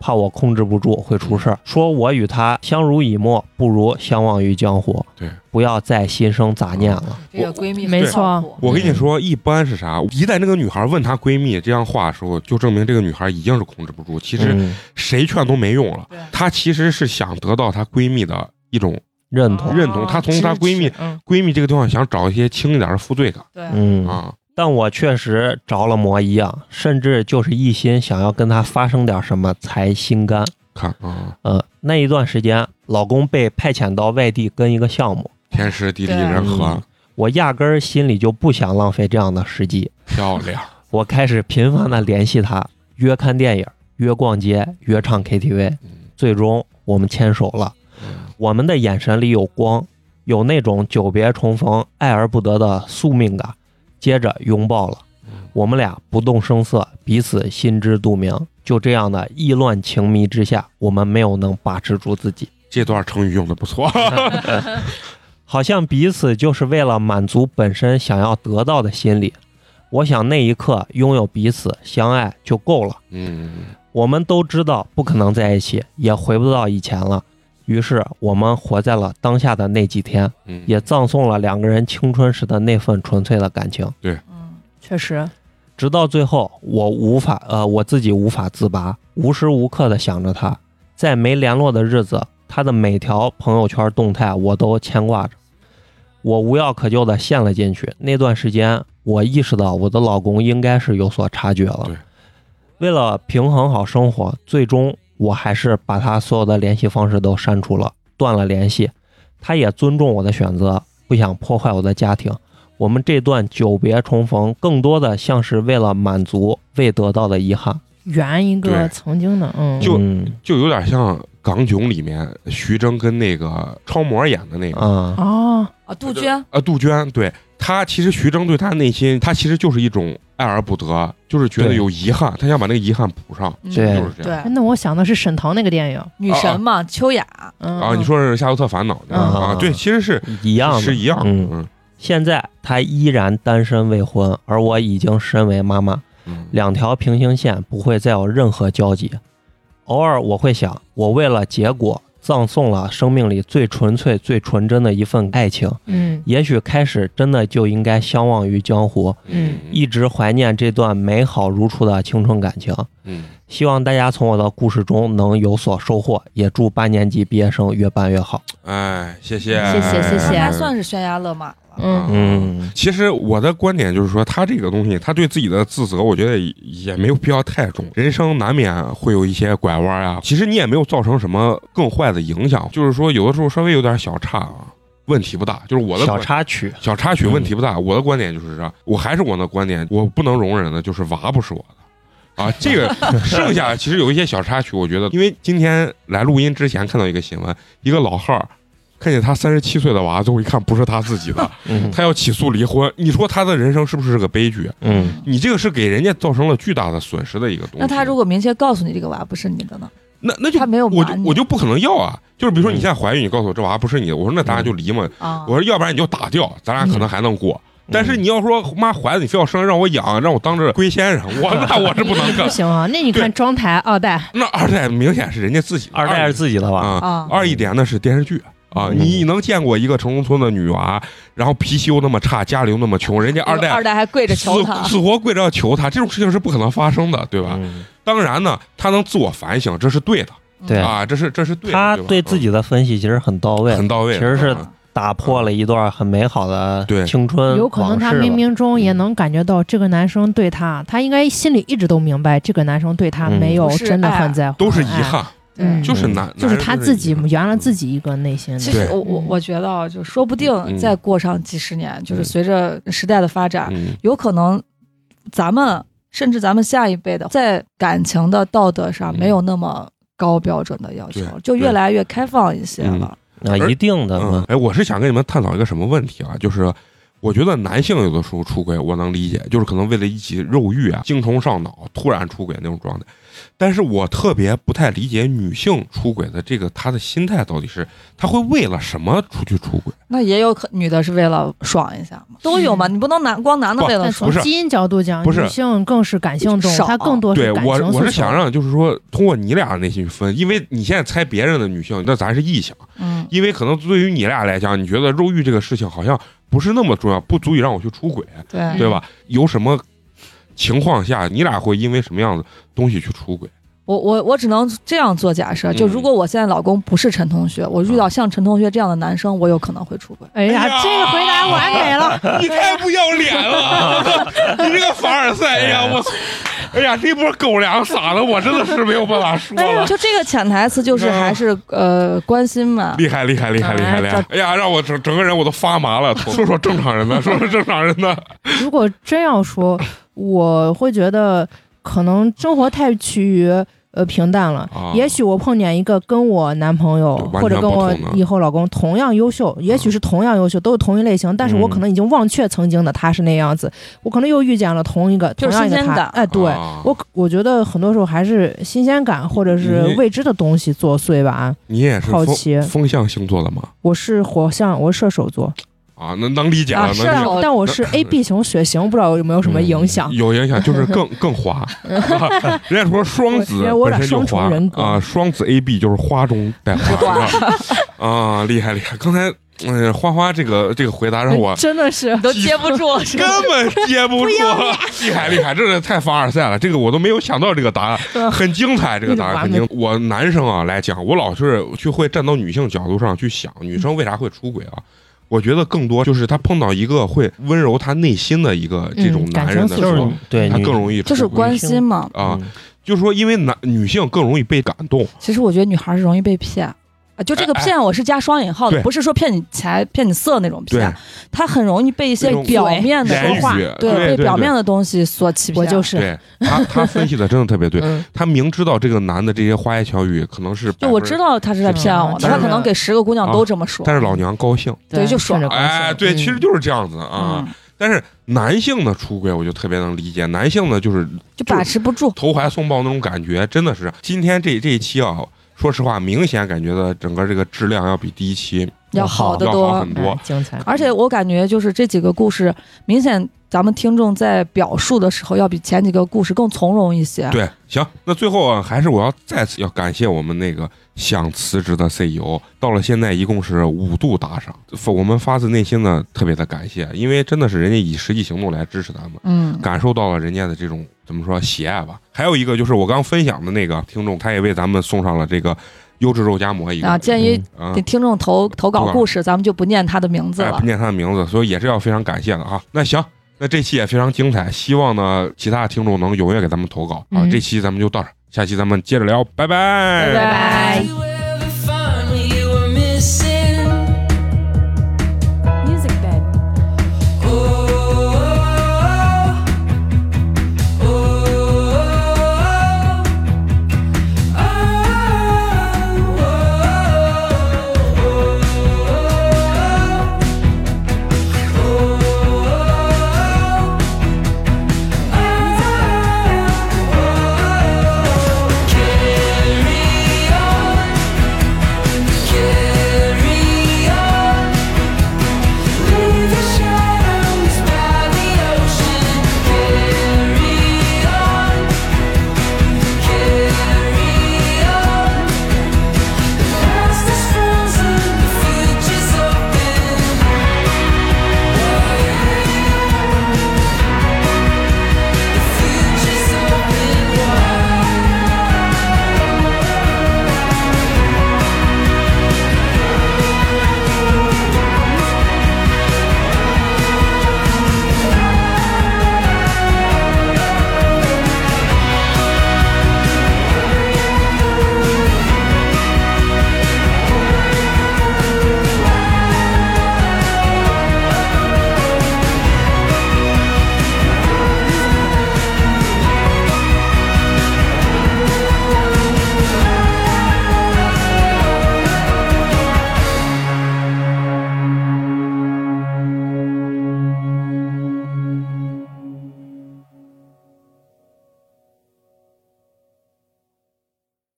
S4: 怕我控制不住会出
S1: 嗯
S4: 事儿。说我与他相濡以沫，不如相忘于江湖。
S1: 对，啊
S4: 不要再心生杂念了。
S1: 这个
S3: 闺蜜
S5: 很没错靠谱，
S1: 我跟你说，一般是啥？一旦这个女孩问她闺蜜这样话的时候，就证明这个女孩已经是控制不住。其实
S4: 嗯、
S1: 谁劝都没用了，她其实是想得到她闺蜜的一种
S4: 认同，
S1: 啊认同。她从她闺蜜
S5: 嗯
S1: 闺蜜这个地方想找一些轻一点的负罪感
S3: 对
S4: 嗯
S1: 啊。
S4: 但我确实着了魔一样，甚至就是一心想要跟他发生点什么才心甘。
S1: 看啊，
S4: 呃，那一段时间，老公被派遣到外地跟一个项目，
S1: 天时地利人和
S4: 嗯，我压根儿心里就不想浪费这样的时机，
S1: 漂亮。
S4: 我开始频繁的联系他，约看电影，约逛街，约唱 KTV，
S1: 嗯
S4: 最终我们牵手了。我们的眼神里有光，有那种久别重逢、爱而不得的宿命感。接着拥抱了，我们俩不动声色，彼此心知肚明。就这样的意乱情迷之下，我们没有能把持住自己，
S1: 这段成语用的不错，
S4: 好像彼此就是为了满足本身想要得到的心理。我想那一刻拥有彼此相爱就够了。
S1: 嗯，
S4: 我们都知道不可能在一起，也回不到以前了。于是我们活在了当下的那几天，
S1: 嗯
S4: 也葬送了两个人青春时的那份纯粹的感情。
S5: 嗯，确实，
S4: 直到最后，我无法呃，我自己无法自拔，无时无刻的想着他，在没联络的日子，他的每条朋友圈动态我都牵挂着，我无药可救的陷了进去。那段时间，我意识到我的老公应该是有所察觉了
S1: 对。
S4: 为了平衡好生活，最终我还是把他所有的联系方式都删除了，断了联系。他也尊重我的选择，不想破坏我的家庭。我们这段久别重逢，更多的像是为了满足未得到的遗憾。
S5: 圆一
S1: 对
S5: 个曾经的，嗯，
S1: 就
S4: 嗯
S1: 就有点像《港囧》里面徐峥跟那个超模演的那个
S4: 啊，
S5: 哦，
S3: 啊，杜鹃
S1: 啊，杜鹃，对她其实徐峥对她内心，她其实就是一种爱而不得，就是觉得
S4: 对
S1: 有遗憾，她想把那个遗憾补上，
S3: 嗯
S4: 对
S1: 就是这样。啊
S3: 对
S5: 那我想的是沈腾那个电影，
S3: 女神嘛，秋雅
S5: 嗯
S1: 啊，你说是《夏洛特烦恼》的
S5: 嗯
S1: 啊？对，其实是
S4: 一样的
S1: 是一样的，
S4: 嗯，
S1: 嗯
S4: 现在他依然单身未婚，而我已经身为妈妈，
S1: 嗯，
S4: 两条平行线不会再有任何交集。偶尔我会想，我为了结果葬送了生命里最纯粹、最纯真的一份爱情。
S5: 嗯
S4: 也许开始真的就应该相忘于江湖，
S5: 嗯
S4: 一直怀念这段美好如初的青春感情。
S1: 嗯，
S4: 希望大家从我的故事中能有所收获，也祝八年级毕业生越办越好。
S1: 哎，谢谢，
S5: 谢谢谢谢
S3: 她算是悬崖勒马了。
S1: 啊
S5: 嗯，
S4: 嗯，
S1: 其实我的观点就是说，他这个东西，他对自己的自责，我觉得也没有必要太重。人生难免会有一些拐弯啊，其实你也没有造成什么更坏的影响，就是说有的时候稍微有点小差啊，问题不大。就是我的
S4: 小
S1: 观
S4: 插曲，
S1: 小插曲
S4: 嗯
S1: 问题不大，我的观点就是这，我还是我的观点，我不能容忍的就是娃不是我的 啊。这个剩下其实有一些小插曲，我觉得，因为今天来录音之前看到一个新闻，一个老汉儿看见他三十七岁的娃，最后一看不是他自己的。
S4: 嗯
S1: 他要起诉离婚，你说他的人生是不是个悲剧？
S4: 嗯，
S1: 你这个是给人家造成了巨大的损失的一个东西。
S3: 那她如果明确告诉你这个娃不是你的呢？
S1: 那那就
S3: 他没有瞒
S1: 我就
S3: 你
S1: 我就不可能要啊！就是比如说
S4: 嗯
S1: 你现在怀孕，你告诉我这娃不是你的，我说那咱俩就离嘛。
S3: 啊，
S1: 我说要不然你就打掉，咱俩可
S4: 嗯
S1: 能还能过。但是你要说妈怀子你非要生让我养，让我当着龟先生，我
S4: 嗯
S1: 那我是不能
S5: 不
S1: 干。
S5: 行啊，那你看庄台二代，
S1: 那二代明显是人家自己的
S4: 二代是自己的吧？
S1: 啊，
S3: 啊，
S1: 二一点那是电视剧。啊，
S4: 嗯
S1: 你能见过一个城中村的女娃，然后脾气又那么差，家里又那么穷，人家二代
S3: 二代还跪着
S1: 死
S3: 求她，
S1: 死活跪着要求他，这种事情是不可能发生的，对吧？
S4: 嗯
S1: 当然呢，他能自我反省，这是对的
S4: 对，
S1: 啊，这是这是对的，
S4: 他
S1: 吧
S4: 对自己的分析其实很到位
S1: 嗯，很到位的，
S4: 其实是
S1: 嗯
S4: 打破了一段很美好的
S1: 对嗯
S4: 青春
S5: 有可能他
S4: 往事了
S5: 冥冥中也能感觉到这个男生对他，他应该心里一直都明白这个男生对他
S4: 嗯
S5: 没有
S3: 不是
S5: 真的很
S3: 爱
S5: 在乎，
S1: 都是遗
S5: 哎，
S1: 憾，
S5: 嗯，
S3: 对
S1: 就是嗯男，
S5: 就是他自己
S1: 嘛，
S5: 圆了自己一个内心
S3: 其
S5: 的，
S1: 嗯
S3: 实
S1: 对
S3: 我我我觉得啊，就说不定
S1: 嗯
S3: 再过上几十年，就是
S1: 嗯
S3: 随着时代的发展，
S1: 嗯，
S3: 有可能咱们甚至咱们下一辈的，在感情的道德上
S1: 嗯
S3: 没有那么高标准的要求，
S1: 对
S3: 就越
S1: 对
S3: 来越开放一些了。
S4: 啊，一定的
S1: 嗯
S4: 嘛，
S1: 哎，我是想跟你们探讨一个什么问题啊？就是我觉得男性有的时候出轨我能理解，就是可能为了一己肉欲啊、精虫上脑突然出轨那种状态。但是我特别不太理解女性出轨的这个她的心态到底是她会为了什么出去出轨？
S3: 那也有可女的是为了爽一下嘛，都有嘛，你不能男光男的为了
S5: 但
S3: 爽
S5: 从
S1: 不。是
S5: 基因角度讲，
S1: 不是
S5: 女性更是感性动物，
S3: 少
S5: 她更多
S1: 对
S5: 哦是感
S1: 我
S5: 情诉
S1: 我
S5: 求。
S1: 是想让就是说通过你俩内心去分，因为你现在猜别人的女性，那咱是臆想，
S3: 嗯，
S1: 因为可能对于你俩来讲，你觉得肉欲这个事情好像不是那么重要，不足以让我去出轨。
S5: 嗯
S3: 对，
S1: 对吧？有什么情况下你俩会因为什么样的东西去出轨？
S3: 我我我只能这样做假设，就
S1: 嗯
S3: 如果我现在老公不是陈同学，我遇到像陈同学这样的男生，我有可能会出轨。
S5: 哎
S1: 哎呀
S5: 呀，这个回答完美了。
S1: 你太不要脸 了！你这个凡尔赛，哎呀，我操！哎呀，这波狗粮撒的，我真的是没有办法说
S5: 哎
S1: 了。
S3: 哎就这个潜台词就是
S1: 嗯
S3: 还是呃关心嘛。
S1: 厉害厉害厉害厉害厉害！哎呀，让我整整个人我都发麻 了。说说正常人的，说说正常人的。
S5: 如果真要说，我会觉得可能生活太趋于呃平淡了。
S1: 啊
S5: 也许我碰见一个跟我男朋友
S1: 对完全
S5: 或者跟我
S1: 不同的
S5: 以后老公同样优秀，也许是同样优秀，都是同一类型，但是我
S1: 嗯
S5: 可能已经忘却曾经的他是那样子，我可能又遇见了同一个
S3: 就
S5: 同
S3: 是
S5: 样一个
S3: 新鲜
S5: 他
S3: 感，
S5: 哎，对。
S1: 啊
S5: 我我觉得很多时候还是新鲜感或者是
S1: 你
S5: 未知的东西作祟吧。
S1: 你也是
S5: 好
S1: 风
S5: 奇
S1: 风象星座的吗？
S5: 我是火象，我是射手座，
S1: 啊，能能理解了，
S3: 啊
S1: 能
S3: 射
S1: 理
S5: 但
S1: 解
S3: 手。
S5: 但我是 A B 型血型，不知道有没有什么影响。
S1: 有影响，就是更更 滑。人家说双子
S5: 我
S1: 本
S5: 俩
S1: 身就
S5: 双重
S1: 滑
S5: 人格
S1: 啊，双子 A B 就是花中带花，是吧啊，厉害厉害！刚才嗯，花花这个这个回答让我
S5: 真的是
S3: 都接不住，是
S1: 根
S3: 吧
S1: 本接不住，厉害厉害，这是太凡尔赛了，这个我都没有想到这个答案，很精彩，这个答案很
S5: 完美
S1: 精。我男生啊来讲，我老是去会站到女性角度上去想，女生为啥会出轨啊？我觉得更多就是她碰到一个会温柔她内心的一个这种
S5: 嗯
S1: 男
S5: 感
S1: 人
S5: 情
S1: 的
S5: 诉
S1: 时
S4: 就
S5: 求
S1: 候
S4: 是，对
S1: 她
S4: 你嗯
S1: 更容易
S3: 就是
S1: 出轨
S3: 关心嘛。
S1: 啊，，就是说，因为男女性更容易被感动，
S3: 其实我觉得女孩是容易被骗。啊，就这个
S1: 哎哎
S3: 骗我是加双引号的，
S1: 对
S3: 不是说骗你钱、骗你色那种
S1: 对
S3: 骗，她很容易被一些
S1: 那种
S3: 表面的
S1: 言
S3: 说话
S1: 语，，对
S3: 被表面的东西所欺骗。
S5: 我就是，
S1: 对他他分析的真的特别对，
S5: 嗯，
S1: 他明知道这个男的这些花言巧语可能是
S3: 就
S1: 百分
S3: 我知，道他是在骗我，
S5: 是
S3: 他可能给十个姑娘都这么说。
S1: 但是老娘高兴，
S3: 对就爽
S5: 顺着关系
S1: 哎，对，其实就是这样子啊。
S3: 嗯，
S1: 但是男性的出轨，我就特别能理解，男性的就是
S3: 就把持不住。
S1: 投怀送抱那种感觉，真的是。今天这这一期啊，说实话，明显感觉到整个这个质量要比第一期
S3: 要好得多嗯
S1: 要好很多
S5: 哎。精彩。
S3: 而且我感觉就是这几个故事，明显咱们听众在表述的时候要比前几个故事更从容一些。
S1: 对，行，那最后啊，还是我要再次要感谢我们那个想辞职的 CEO，到了现在一共是五度打赏，我们发自内心的特别的感谢，因为真的是人家以实际行动来支持咱们，
S3: 嗯，
S1: 感受到了人家的这种怎么说喜爱吧。还有一个就是我刚分享的那个听众，他也为咱们送上了这个优质肉夹馍一个
S3: 啊，鉴于
S1: 啊
S3: 给听众投投稿故事，咱们就不念他的名字
S1: 哎，
S3: 了
S1: 不。念他的名字，所以也是要非常感谢的啊。那行，那这期也非常精彩，希望呢其他听众能踊跃给咱们投稿啊。
S5: 嗯
S1: 这期咱们就到这儿，下期咱们接着聊，拜拜
S3: 拜
S2: Did you ever find what you were missing?
S6: Music bed.
S2: Oh, oh, oh, oh, oh, oh, oh, oh. Carry on.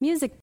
S6: music